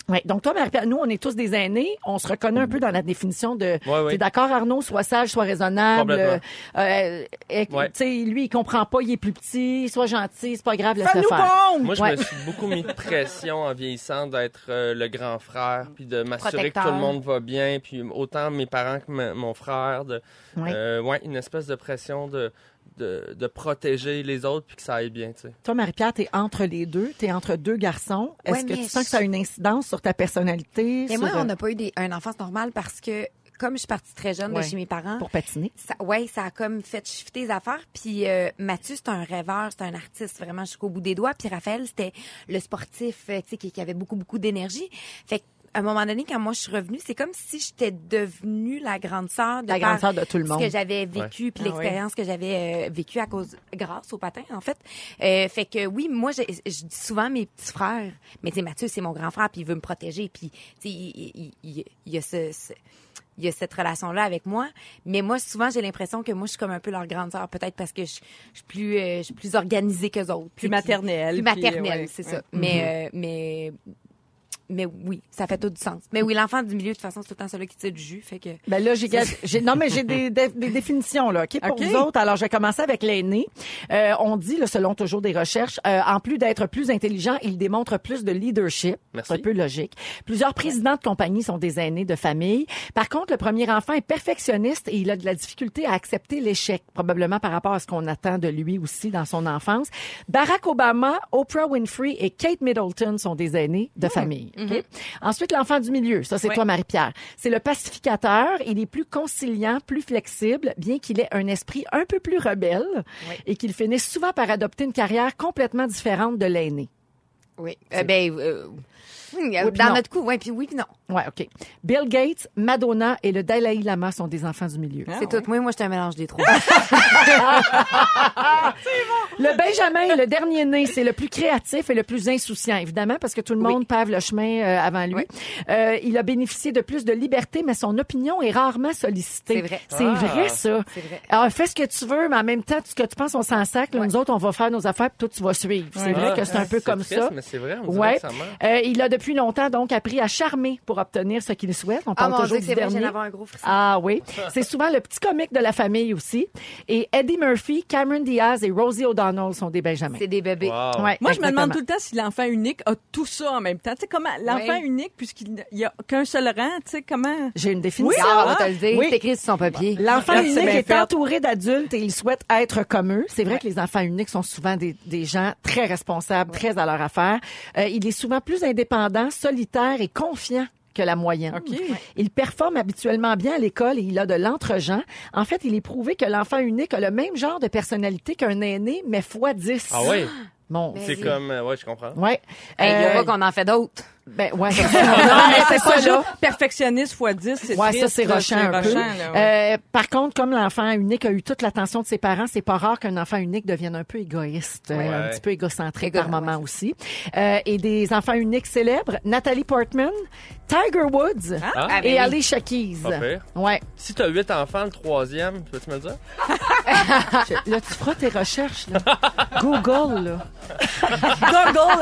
S3: Ouais, donc toi, Marie-Pierre, nous, on est tous des aînés, on se reconnaît un peu dans la définition de.
S4: Ouais, ouais.
S3: T'es d'accord, Arnaud, sois sage, sois raisonnable.
S4: Complètement.
S3: euh, euh, et-
S4: Ouais.
S3: Tu sais, lui, il comprend pas, il est plus petit, sois gentil, c'est pas grave, laisse-le
S2: Fais-nous
S3: faire.
S2: bon!
S4: Moi, je
S3: Ouais.
S4: me suis beaucoup mis de pression en vieillissant d'être euh, le grand frère, puis de m'assurer que
S5: Protecteur.
S4: tout le monde va bien, puis autant mes parents que ma- mon frère. De,
S3: Ouais.
S4: euh, ouais, une espèce de pression de, de, de protéger les autres, puis que ça aille bien, tu sais.
S3: Toi, Marie-Pierre, t'es entre les deux, t'es entre deux garçons. Est-ce
S5: Ouais,
S3: que
S5: mais
S3: tu sens
S5: je-
S3: que ça a une incidence sur ta personnalité?
S5: Mais moi,
S3: sur,
S5: on
S3: euh,
S5: n'a pas eu des- un enfance normale parce que comme je suis partie très jeune
S3: Ouais.
S5: de chez mes parents,
S3: Pour patiner.
S5: ça, ouais, ça a comme fait shifter les affaires. Puis euh, Mathieu, c'est un rêveur, c'est un artiste vraiment jusqu'au bout des doigts. Puis Raphaël, c'était le sportif, euh, tu sais, qui, qui avait beaucoup, beaucoup d'énergie. Fait qu'à un moment donné, quand moi je suis revenue, c'est comme si j'étais devenue la grande sœur de
S3: La grande
S5: par
S3: sœur de tout le monde.
S5: Ce que j'avais vécu, puis
S2: Ah
S5: l'expérience que j'avais euh, vécue à cause, grâce au patin, en fait. Euh, fait que oui, moi, je, je dis souvent mes petits frères, mais tu sais, Mathieu, c'est mon grand frère, puis il veut me protéger, puis tu sais, il, il, il- il y a ce- ce il y a cette relation-là avec moi. Mais moi, souvent, j'ai l'impression que moi, je suis comme un peu leur grande sœur, peut-être parce que je, je suis plus, euh, je suis plus organisée qu'eux autres.
S2: Plus
S5: Puis-
S2: maternelle,
S5: Plus
S2: puis,
S5: maternelle,
S2: ouais,
S5: c'est
S2: ouais.
S5: ça. Mais, euh, mais, mais oui, ça fait tout du sens. Mais oui, l'enfant du milieu, de toute façon, c'est tout le temps celui qui tire du jus. Fait que...
S3: Ben là, j'ai, j'ai- non mais j'ai des, des- des définitions là, ok, pour
S2: Ok.
S3: vous autres. Alors, je vais commencer avec l'aîné. Euh, on dit, là, selon toujours des recherches, euh, en plus d'être plus intelligent, il démontre plus de leadership.
S4: Merci.
S3: C'est un peu logique. Plusieurs présidents de compagnie sont des aînés de famille. Par contre, le premier enfant est perfectionniste et il a de la difficulté à accepter l'échec, probablement par rapport à ce qu'on attend de lui aussi dans son enfance. Barack Obama, Oprah Winfrey et Kate Middleton sont des aînés de famille. OK? Ensuite, l'enfant du milieu. Ça, c'est
S2: Ouais.
S3: toi, Marie-Pierre. C'est le pacificateur. Il est plus conciliant, plus flexible, bien qu'il ait un esprit un peu plus rebelle
S5: Ouais.
S3: et qu'il finisse souvent par adopter une carrière complètement différente de l'aîné.
S5: Oui. Euh, ben, euh, oui,
S3: Oui, puis
S5: dans
S3: non.
S5: notre coup, oui, puis oui, puis non.
S3: Ouais, OK. Bill Gates, Madonna et le Dalai Lama sont des enfants du milieu.
S5: C'est tout. Moi, moi, j'étais un mélange des trois.
S3: Le Benjamin, le dernier né, c'est le plus créatif et le plus insouciant, évidemment, parce que tout le monde pave le chemin euh, avant lui. Euh, il a bénéficié de plus de liberté, mais son opinion est rarement sollicitée.
S5: C'est vrai.
S3: C'est
S4: Ah.
S3: vrai, ça.
S5: C'est vrai.
S3: Alors, fais ce que tu veux, mais en même temps, tout ce que tu penses, on s'en sac. Là, Nous autres, on va faire nos affaires, puis toi, tu vas suivre. C'est vrai que c'est un peu comme
S4: triste,
S3: ça.
S4: mais Ah, c'est vrai, on dirait
S3: Ouais.
S4: que ça meurt.
S3: Euh, il a depuis longtemps donc appris à charmer pour obtenir ce qu'il souhaite. On
S5: Ah
S3: parle
S5: mon
S3: toujours
S5: Dieu,
S3: du
S5: c'est vrai, j'en
S3: dernier.
S5: avais un gros frisson.
S3: Ah oui, c'est souvent le petit comique de la famille aussi. Et Eddie Murphy, Cameron Diaz et Rosie O'Donnell sont des Benjamins.
S5: C'est des bébés.
S4: Wow.
S3: Ouais,
S2: Moi, je me
S3: exactement.
S2: demande tout le temps si l'enfant unique a tout ça en même temps. Tu sais, comment l'enfant
S5: Oui.
S2: unique, puisqu'il n'y a qu'un seul rang, tu sais, comment...
S3: J'ai une
S5: Oui,
S3: définition.
S2: hein?
S5: ah, on va te le dire.
S3: Oui.
S5: C'est écrit sur son papier.
S3: L'enfant
S2: Ah, c'est
S3: unique
S2: bien
S3: est
S2: fait.
S3: entouré d'adultes et il souhaite être comme eux. C'est vrai que les enfants uniques sont souvent des, des gens très responsables, très à leur affaire. Euh, il est souvent plus indépendant, solitaire et confiant que la moyenne. Il performe habituellement bien à l'école et il a de l'entre-gens. En fait, il est prouvé que l'enfant unique a le même genre de personnalité qu'un aîné, mais fois 10.
S4: Ah ouais,
S3: Mon
S5: Mais-
S4: c'est
S5: Vas-y.
S4: comme... euh, ouais, je comprends.
S3: Ouais.
S5: Hey, il y
S3: Euh,
S5: aura qu'on en fait d'autres.
S3: ben, ouais.
S2: Non, mais c'est
S3: c'est
S2: pas
S3: Ah, ça, là.
S2: juste perfectionniste fois 10, c'est
S3: Ouais, ça,
S2: triste,
S3: c'est
S2: là,
S3: rochant un peu.
S2: rochant, là, ouais.
S3: Euh, par contre, comme l'enfant unique a eu toute l'attention de ses parents, c'est pas rare qu'un enfant unique devienne un peu égoïste, euh,
S4: Ouais.
S3: un petit peu égocentrique
S5: Égo-
S3: par moment
S5: ouais.
S3: aussi. Euh, et des enfants uniques célèbres, Nathalie Portman, Tiger Woods
S5: Ah,
S4: Ah,
S5: ben
S3: et
S5: oui.
S3: Alicia Keys.
S4: Pas pire.
S3: Ouais.
S4: Si t'as huit enfants, le troisième, tu peux-tu me le dire?
S3: Je- Là, tu feras tes recherches, là. Google, là.
S2: Gogol,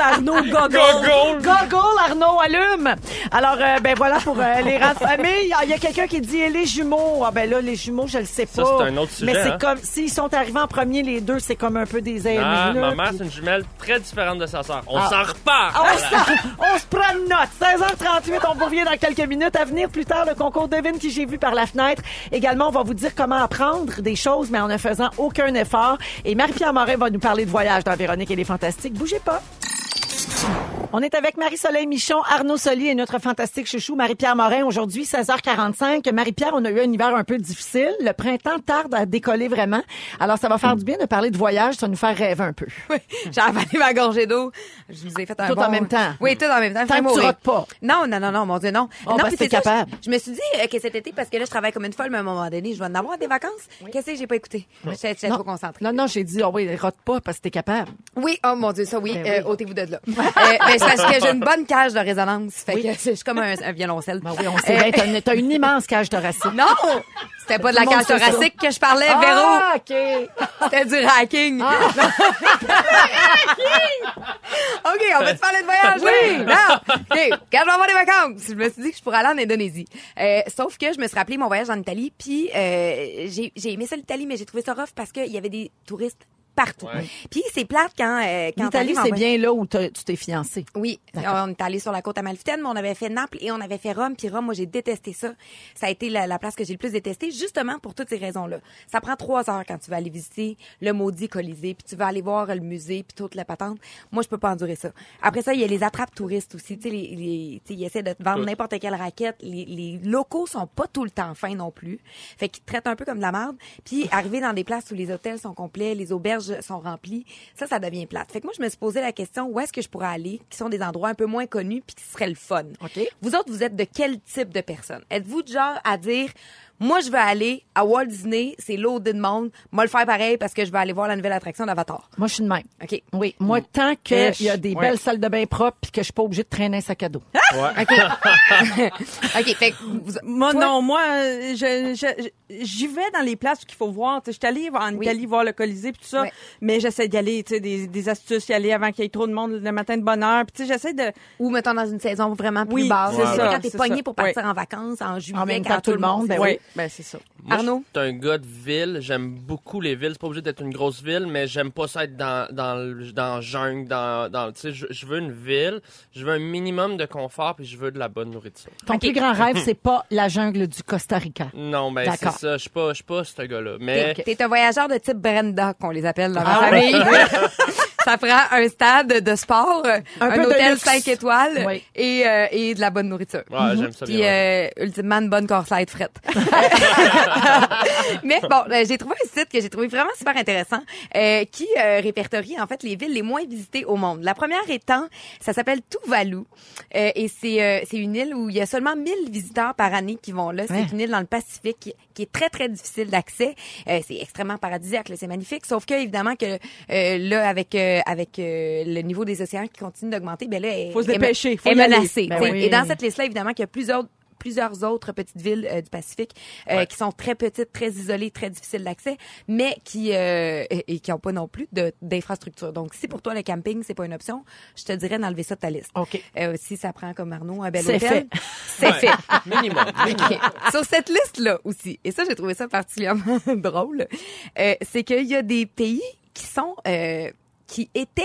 S2: Arnaud, gogol.
S4: Gogol!
S3: Google, Arnaud, allume! Alors, euh, ben voilà pour euh, les rangs de famille. Ah, Il y a quelqu'un qui dit eh, les jumeaux. Ah ben là, les jumeaux, je le sais pas.
S4: Ça, c'est un autre sujet,
S3: Mais c'est
S4: hein.
S3: comme, s'ils sont arrivés en premier, les deux, c'est comme un peu des aînés.
S4: Ah,
S3: Ben, là,
S4: ma mère,
S3: puis-
S4: c'est une jumelle très différente de sa sœur. On
S3: Ah.
S4: s'en repart!
S3: Ah, on, se- on se prend une note. 16h38, on vous revient dans quelques minutes. À venir plus tard, le concours Devine qui j'ai vu par la fenêtre. Également, on va vous dire comment apprendre des choses, mais en ne faisant aucun effort. Et Marie-Pierre Morin va nous parler de voyage dans Véronique et les Fantastiques. Bougez pas. On est avec Marie-Soleil Michon, Arnaud Soli et notre fantastique chouchou Marie-Pierre Morin. Aujourd'hui, 16h45. Marie-Pierre, on a eu un hiver un peu difficile. Le printemps tarde à décoller vraiment. Alors, ça va faire du bien de parler de voyage. Ça va nous faire rêver un peu.
S5: J'ai avalé ma gorgée d'eau. Je vous ai fait un
S3: Tout
S5: bon-
S3: en même temps.
S5: Oui, tout en même temps. Je
S3: Tant
S5: vais
S3: que tu
S5: mourir.
S3: rates pas.
S5: Non, non, non, non, mon Dieu, non.
S3: Oh,
S5: non,
S3: bah,
S5: puis
S3: t'es
S5: c'est ça,
S3: capable.
S5: Je, je me suis dit euh, que cet été, parce que là, je travaille comme une folle, mais à un moment donné, je vais en avoir des vacances. Qu'est-ce que j'ai pas écouté? J'étais j'étais trop concentrée.
S3: Non, non, j'ai dit, oh oui, rote pas parce que t'es capable.
S5: Oui, oh mon Dieu, ça oui,
S3: Ben
S5: Euh,
S3: oui.
S5: ôtez-vous de là. euh, mais c'est parce que j'ai une bonne cage de résonance. Fait que c'est- je suis comme un, un violoncelle. Euh,
S3: Ben oui, on sait bien, t'as une, t'as une immense cage thoracique.
S5: Non! C'était pas de la
S3: Tout le
S5: cage
S3: monde sait ça.
S5: thoracique que je parlais, Véro!
S3: Ah, OK.
S5: C'était du hacking.
S3: Ah.
S5: OK, on va te parler de voyage. Oui. Non. OK, quand je vais avoir des vacances, je me suis dit que je pourrais aller en Indonésie. Euh, sauf que je me suis rappelé mon voyage en Italie, puis euh, j'ai j'ai aimé ça l'Italie, mais j'ai trouvé ça rough parce qu'il y avait des touristes partout. Puis c'est plate quand... Euh, quand
S3: L'Italie,
S5: t'arrives en
S3: c'est
S5: voy-
S3: bien là où t'as- tu t'es fiancée.
S5: oui, on est allé sur la côte amalfitaine, mais on avait fait Naples et on avait fait Rome. Puis Rome, moi, j'ai détesté ça. Ça a été la, la place que j'ai le plus détestée, justement pour toutes ces raisons-là. Ça prend trois heures quand tu vas aller visiter le maudit Colisée, puis tu vas aller voir le musée, puis toute la patente. Moi, je peux pas endurer ça. Après ça, il y a les attrapes touristes aussi. Tu sais, les, les- tu sais, ils essaient de te vendre
S4: Tout.
S5: n'importe quelle raquette. Les, les locaux sont pas tout le temps fins non plus. Fait qu'ils te traitent un peu comme de la merde. Puis arriver dans des places où les hôtels sont complets, les auberges sont remplies, ça, ça devient plate. Fait que moi, je me suis posé la question où est-ce que je pourrais aller, qui sont des endroits un peu moins connus, puis qui seraient le fun.
S3: OK.
S5: Vous autres, vous êtes de quel type de personne? Êtes-vous du genre à dire, moi, je vais aller à Walt Disney, c'est loadé de monde, moi, le faire pareil parce que je vais aller voir la nouvelle attraction d'Avatar.
S3: Moi, je suis de même.
S5: OK.
S3: Oui, moi, tant
S2: Eh,
S3: qu'il y a des
S2: ouais.
S3: belles salles de bain propres puis que je suis pas obligée de traîner un sac à dos.
S5: Ah, OK. OK. Fait que vous-
S2: Moi,
S5: toi-
S2: non, moi, euh, je- je- je- j'y vais dans les places qu'il faut voir. Je suis allée en
S5: Oui.
S2: Italie voir le Colisée puis tout ça,
S5: Ouais.
S2: mais j'essaie d'y aller, tu sais, des, des astuces, y aller avant qu'il y ait trop de monde le matin de bonne heure. Puis tu sais, j'essaie de...
S5: Ou mettons dans une saison vraiment plus
S2: Oui,
S5: basse.
S2: c'est
S5: Tu sais,
S2: ça,
S5: Quand t'es
S2: c'est
S5: pogné
S2: ça.
S5: pour partir en vacances en juillet,
S3: En même
S5: quand
S3: temps, tout le monde, ben
S5: sait-
S3: oui.
S2: Ben, c'est ça.
S4: Moi, je suis
S5: Arnaud?
S4: un gars de ville. J'aime beaucoup les villes. C'est pas obligé d'être une grosse ville, mais j'aime pas ça être dans dans le- dans la jungle, dans dans tu sais, je, je veux une ville. Je veux un minimum de confort puis je veux de la bonne nourriture.
S3: Ton plus grand rêve, c'est pas la jungle du Costa Rica.
S4: Non, ben c'est
S3: D'accord.
S4: ça. Je suis pas je suis pas ce gars-là. Mais
S5: T'es t'es un voyageur de type Brenda, qu'on les appelle dans ma
S3: Ah
S5: famille. ça prend un stade de sport, euh, un,
S3: Un peu de
S5: hôtel
S3: luxe.
S5: 5 étoiles
S3: Oui.
S5: et, euh, et de la bonne nourriture.
S4: Ouais,
S3: Mhm.
S4: j'aime ça
S5: Puis,
S4: bien,
S5: euh, ultimement, une bonne corselette frette. Mais bon, euh, j'ai trouvé un site que j'ai trouvé vraiment super intéressant euh, qui euh, répertorie, en fait, les villes les moins visitées au monde. La première étant, ça s'appelle Tuvalu. Euh, et c'est euh, c'est une île où il y a seulement 1000 visiteurs par année qui vont là. C'est
S3: Ouais.
S5: une île dans le Pacifique qui, qui est très, très difficile d'accès. Euh, c'est extrêmement paradisiaque, là, c'est magnifique. Sauf que, évidemment, que euh, là, avec euh, avec euh, le niveau des océans qui continue d'augmenter, ben là... elle-
S2: Faut se
S5: elle-
S2: dépêcher, faut
S5: elle
S2: y
S5: est
S2: aller.
S5: menacée.
S3: Ben
S5: tu sais.
S3: oui.
S5: Et dans cette liste-là, évidemment, qu'il y a plusieurs plusieurs autres petites villes euh, du Pacifique euh, qui sont très petites, très isolées, très difficiles d'accès, mais qui euh, et et qui n'ont pas non plus de- d'infrastructures. Donc, si pour toi le camping c'est pas une option, je te dirais d'enlever ça de ta liste.
S3: OK.
S5: Euh, si ça prend comme Arnaud un bel
S3: C'est
S5: hôtel,
S3: fait.
S5: c'est
S4: Ouais.
S5: fait.
S4: Minimum.
S5: OK. Sur cette liste-là aussi, et ça, j'ai trouvé ça particulièrement drôle, euh, c'est qu'il y a des pays qui sont, euh, qui étaient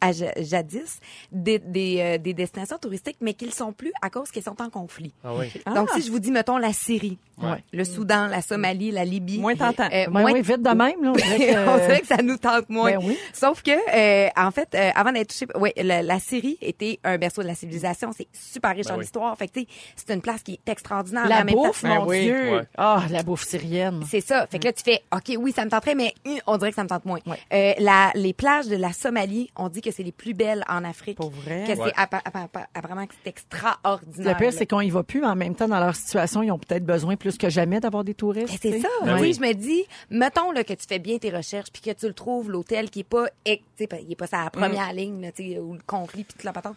S5: à ja- jadis des, des, euh, des destinations touristiques, mais qu'ils sont plus à cause qu'ils sont en conflit.
S3: euh,
S4: Ah oui.
S5: Donc, si je vous dis, mettons, la Syrie,
S4: Ouais.
S5: le Soudan, la Somalie, la Libye.
S2: Moins tentant.
S5: euh,
S3: Moi,
S5: moins-
S3: oui, vite de même. Là, on dirait que-
S5: on dirait que ça nous tente moins.
S3: euh, Ben oui.
S5: Sauf que, euh, en fait, euh, avant d'être touché, ouais, la, la Syrie était un berceau de la civilisation. C'est super riche
S4: Ben
S5: en
S4: oui.
S5: histoire. Fait que, tu sais, c'est une place qui est extraordinaire. mais
S3: La
S5: en même temps-
S3: bouffe,
S2: Ben
S3: mon
S2: oui.
S3: Dieu.
S4: Ouais.
S3: Ah, la bouffe syrienne.
S5: C'est ça. Fait que là, tu fais, OK, oui, ça me tenterait, mais hum, on dirait que ça me tente moins.
S3: Ouais.
S5: Euh, la, les plages de la Somalie, on dit que c'est les plus belles en Afrique.
S2: Pour vrai?
S5: Que c'est
S4: Ouais.
S5: appa- appa- appa- apparemment que c'est extraordinaire.
S3: Le pire,
S5: là.
S3: c'est qu'on y va plus, mais en même temps, dans leur situation, ils ont peut-être besoin plus que jamais d'avoir des touristes.
S5: Mais
S3: tu
S5: Eh, c'est
S3: sais.
S5: ça.
S4: Ben
S5: tu sais,
S4: oui.
S5: je me dis, mettons là, que tu fais bien tes recherches puis que tu le trouves, l'hôtel qui est pas, eh, tu sais, pas- il est pas
S3: Mm.
S5: sa première ligne, là, tu sais, ou le conflit puis toute la patente.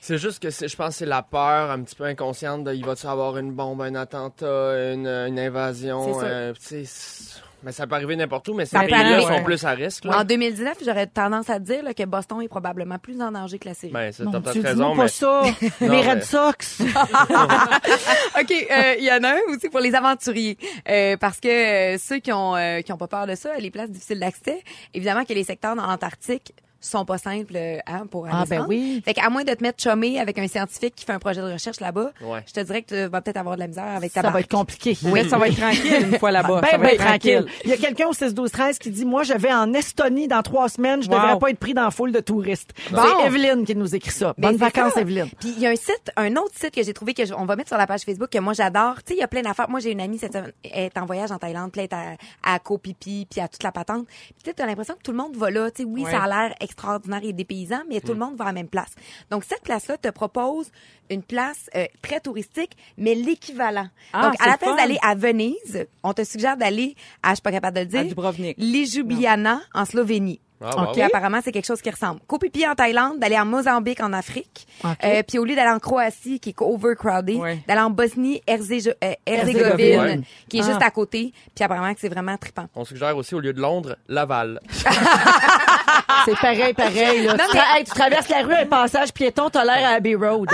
S4: C'est juste que c'est- je pense que c'est la peur un petit peu inconsciente de il va-tu avoir une bombe, un attentat, une, une
S5: C'est
S4: invasion.
S5: sûr.
S4: euh, tu sais, c'est- mais ça peut arriver n'importe où, mais ces
S3: Ben,
S5: Ça peut
S4: pays-là
S5: arriver.
S4: sont
S3: Ouais.
S4: plus à risque.
S5: En
S3: Ah,
S4: Là.
S5: 2019, j'aurais tendance à dire là, que Boston est probablement plus en danger que la Syrie.
S4: Ben, ça,
S3: Mon
S4: t'as
S3: Dieu,
S4: peut-être
S3: dis-moi
S4: raison,
S3: pas
S4: mais.
S3: ça.
S4: Non,
S3: Les Red
S4: mais-
S3: Sox.
S5: OK, euh, il y en a un aussi pour les aventuriers. Euh, parce que euh, ceux qui ont, euh, qui ont pas peur de ça, les places difficiles d'accès, évidemment que les secteurs dans l'Antarctique sont pas simples euh, hein, pour aller
S3: Ah,
S5: se
S3: ben
S5: rendre.
S3: oui.
S5: Fait qu'à moins de te mettre chômé avec un scientifique qui fait un projet de recherche là-bas,
S4: Ouais.
S5: je te dirais que tu vas peut-être avoir de la misère avec ta
S3: Ça va
S5: barque.
S3: être compliqué.
S2: Oui, ça va être tranquille une fois là-bas. ça
S3: Ben,
S2: va
S3: ben,
S2: être
S3: tranquille. Il y a quelqu'un au 16-12-13 qui dit, moi, je vais en Estonie dans trois semaines, je
S2: Wow.
S3: devrais pas être pris dans la foule de touristes.
S5: Bon.
S3: C'est Evelyne qui nous écrit ça.
S5: Ben,
S3: Bonnes
S5: c'est
S3: vacances,
S5: ça.
S3: Evelyne.
S5: Puis il y a un site, un autre site que j'ai trouvé que je- on va mettre sur la page Facebook que moi j'adore. Tu sais, il y a plein d'affaires. Moi, j'ai une amie cette semaine, elle est en voyage en Thaïlande, puis elle est à, à Koh Phi Phi, puis à toute la patente. Puis tu sais, t'as l'impression que tout le monde va là. Tu sais, oui,
S2: Ouais. Mm.
S5: ça a l'air extraordinaire et dépaysant, mais tout le monde va à la même place. Donc cette place-là te propose une place euh, très touristique, mais l'équivalent.
S2: Ah,
S5: Donc à
S2: c'est
S5: la place
S2: fun.
S5: d'aller à Venise, on te suggère d'aller à, je suis pas capable de le dire,
S2: À Dubrovnik.
S5: Ljubljana en Slovénie.
S4: Ah, wow.
S3: Ok.
S5: Puis apparemment, c'est quelque chose qui ressemble. Koh Phi Phi en Thaïlande, d'aller en Mozambique en Afrique.
S3: Ok.
S5: Euh, puis au lieu d'aller en Croatie, qui est overcrowded,
S2: Ouais.
S5: d'aller en Bosnie-Herzégovine,
S3: Herzégovine.
S4: Ouais.
S5: qui est
S3: Ah.
S5: juste à côté. Puis apparemment que c'est vraiment trippant.
S4: On suggère aussi, au lieu de Londres, Laval.
S3: C'est pareil, pareil. là.
S5: Non,
S3: tu, tra- hey, tu traverses la rue, un passage piéton, t'as l'air à Abbey Road.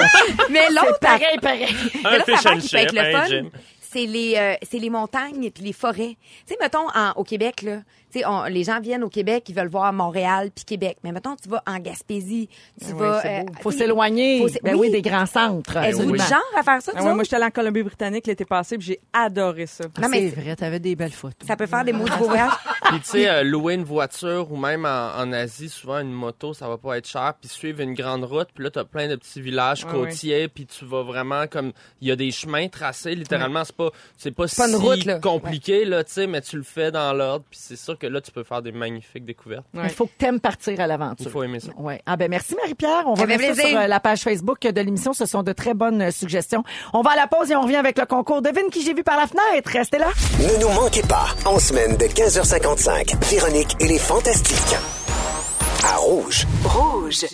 S5: Mais l'autre,
S3: C'est pareil, pareil.
S5: Mais là,
S4: fish
S5: l'affaire
S4: and
S5: qui peut être
S4: chip,
S5: le
S4: hein,
S5: fun,
S4: Jim?
S5: c'est les, euh, c'est les montagnes et puis les forêts. Tu sais, mettons, en- au Québec, là, tu sais, on- les gens viennent au Québec, ils veulent voir Montréal puis Québec. Mais mettons, tu vas en Gaspésie, tu
S2: oui,
S5: vas...
S2: c'est
S5: euh,
S3: Faut
S5: tu sais,
S3: s'éloigner.
S5: faut s'é- Eh,
S3: Ben oui, des grands centres.
S5: Êtes-vous
S4: oui.
S5: de genre à faire ça, tu
S2: Ah ouais,
S5: sais?
S2: moi, j'étais allée en Colombie-Britannique l'été passé, puis j'ai adoré ça.
S5: Non, mais
S3: c'est vrai, t'avais des belles photos.
S5: Ça peut faire des mots de beau voyage.
S4: Puis tu sais, euh, louer une voiture ou même en, en Asie, souvent une moto, ça va pas être cher. Puis suivre une grande route, puis là, t'as plein de petits villages
S5: Ah
S2: Ouais,
S4: côtiers, puis tu vas vraiment comme... Il y a des chemins tracés, littéralement, c'est pas, c'est pas,
S5: pas une
S4: si
S5: route, là.
S4: compliqué, là, tu sais, mais tu le fais dans l'ordre, puis c'est sûr que là, tu peux faire des magnifiques découvertes.
S3: Il faut que t'aimes partir à
S4: Il
S3: l'aventure.
S4: faut aimer ça.
S3: Ouais. Ah ben merci Marie-Pierre. On va
S5: Avec
S3: mettre ça
S5: plaisir.
S3: sur euh, la page Facebook de l'émission. Ce sont de très bonnes euh, suggestions. On va à la pause et on revient avec le concours. Devine qui j'ai vu par la fenêtre. Restez là.
S1: Ne nous manquez pas, en semaine de 15h55, Véronique et les Fantastiques. À Rouge.
S6: Rouge.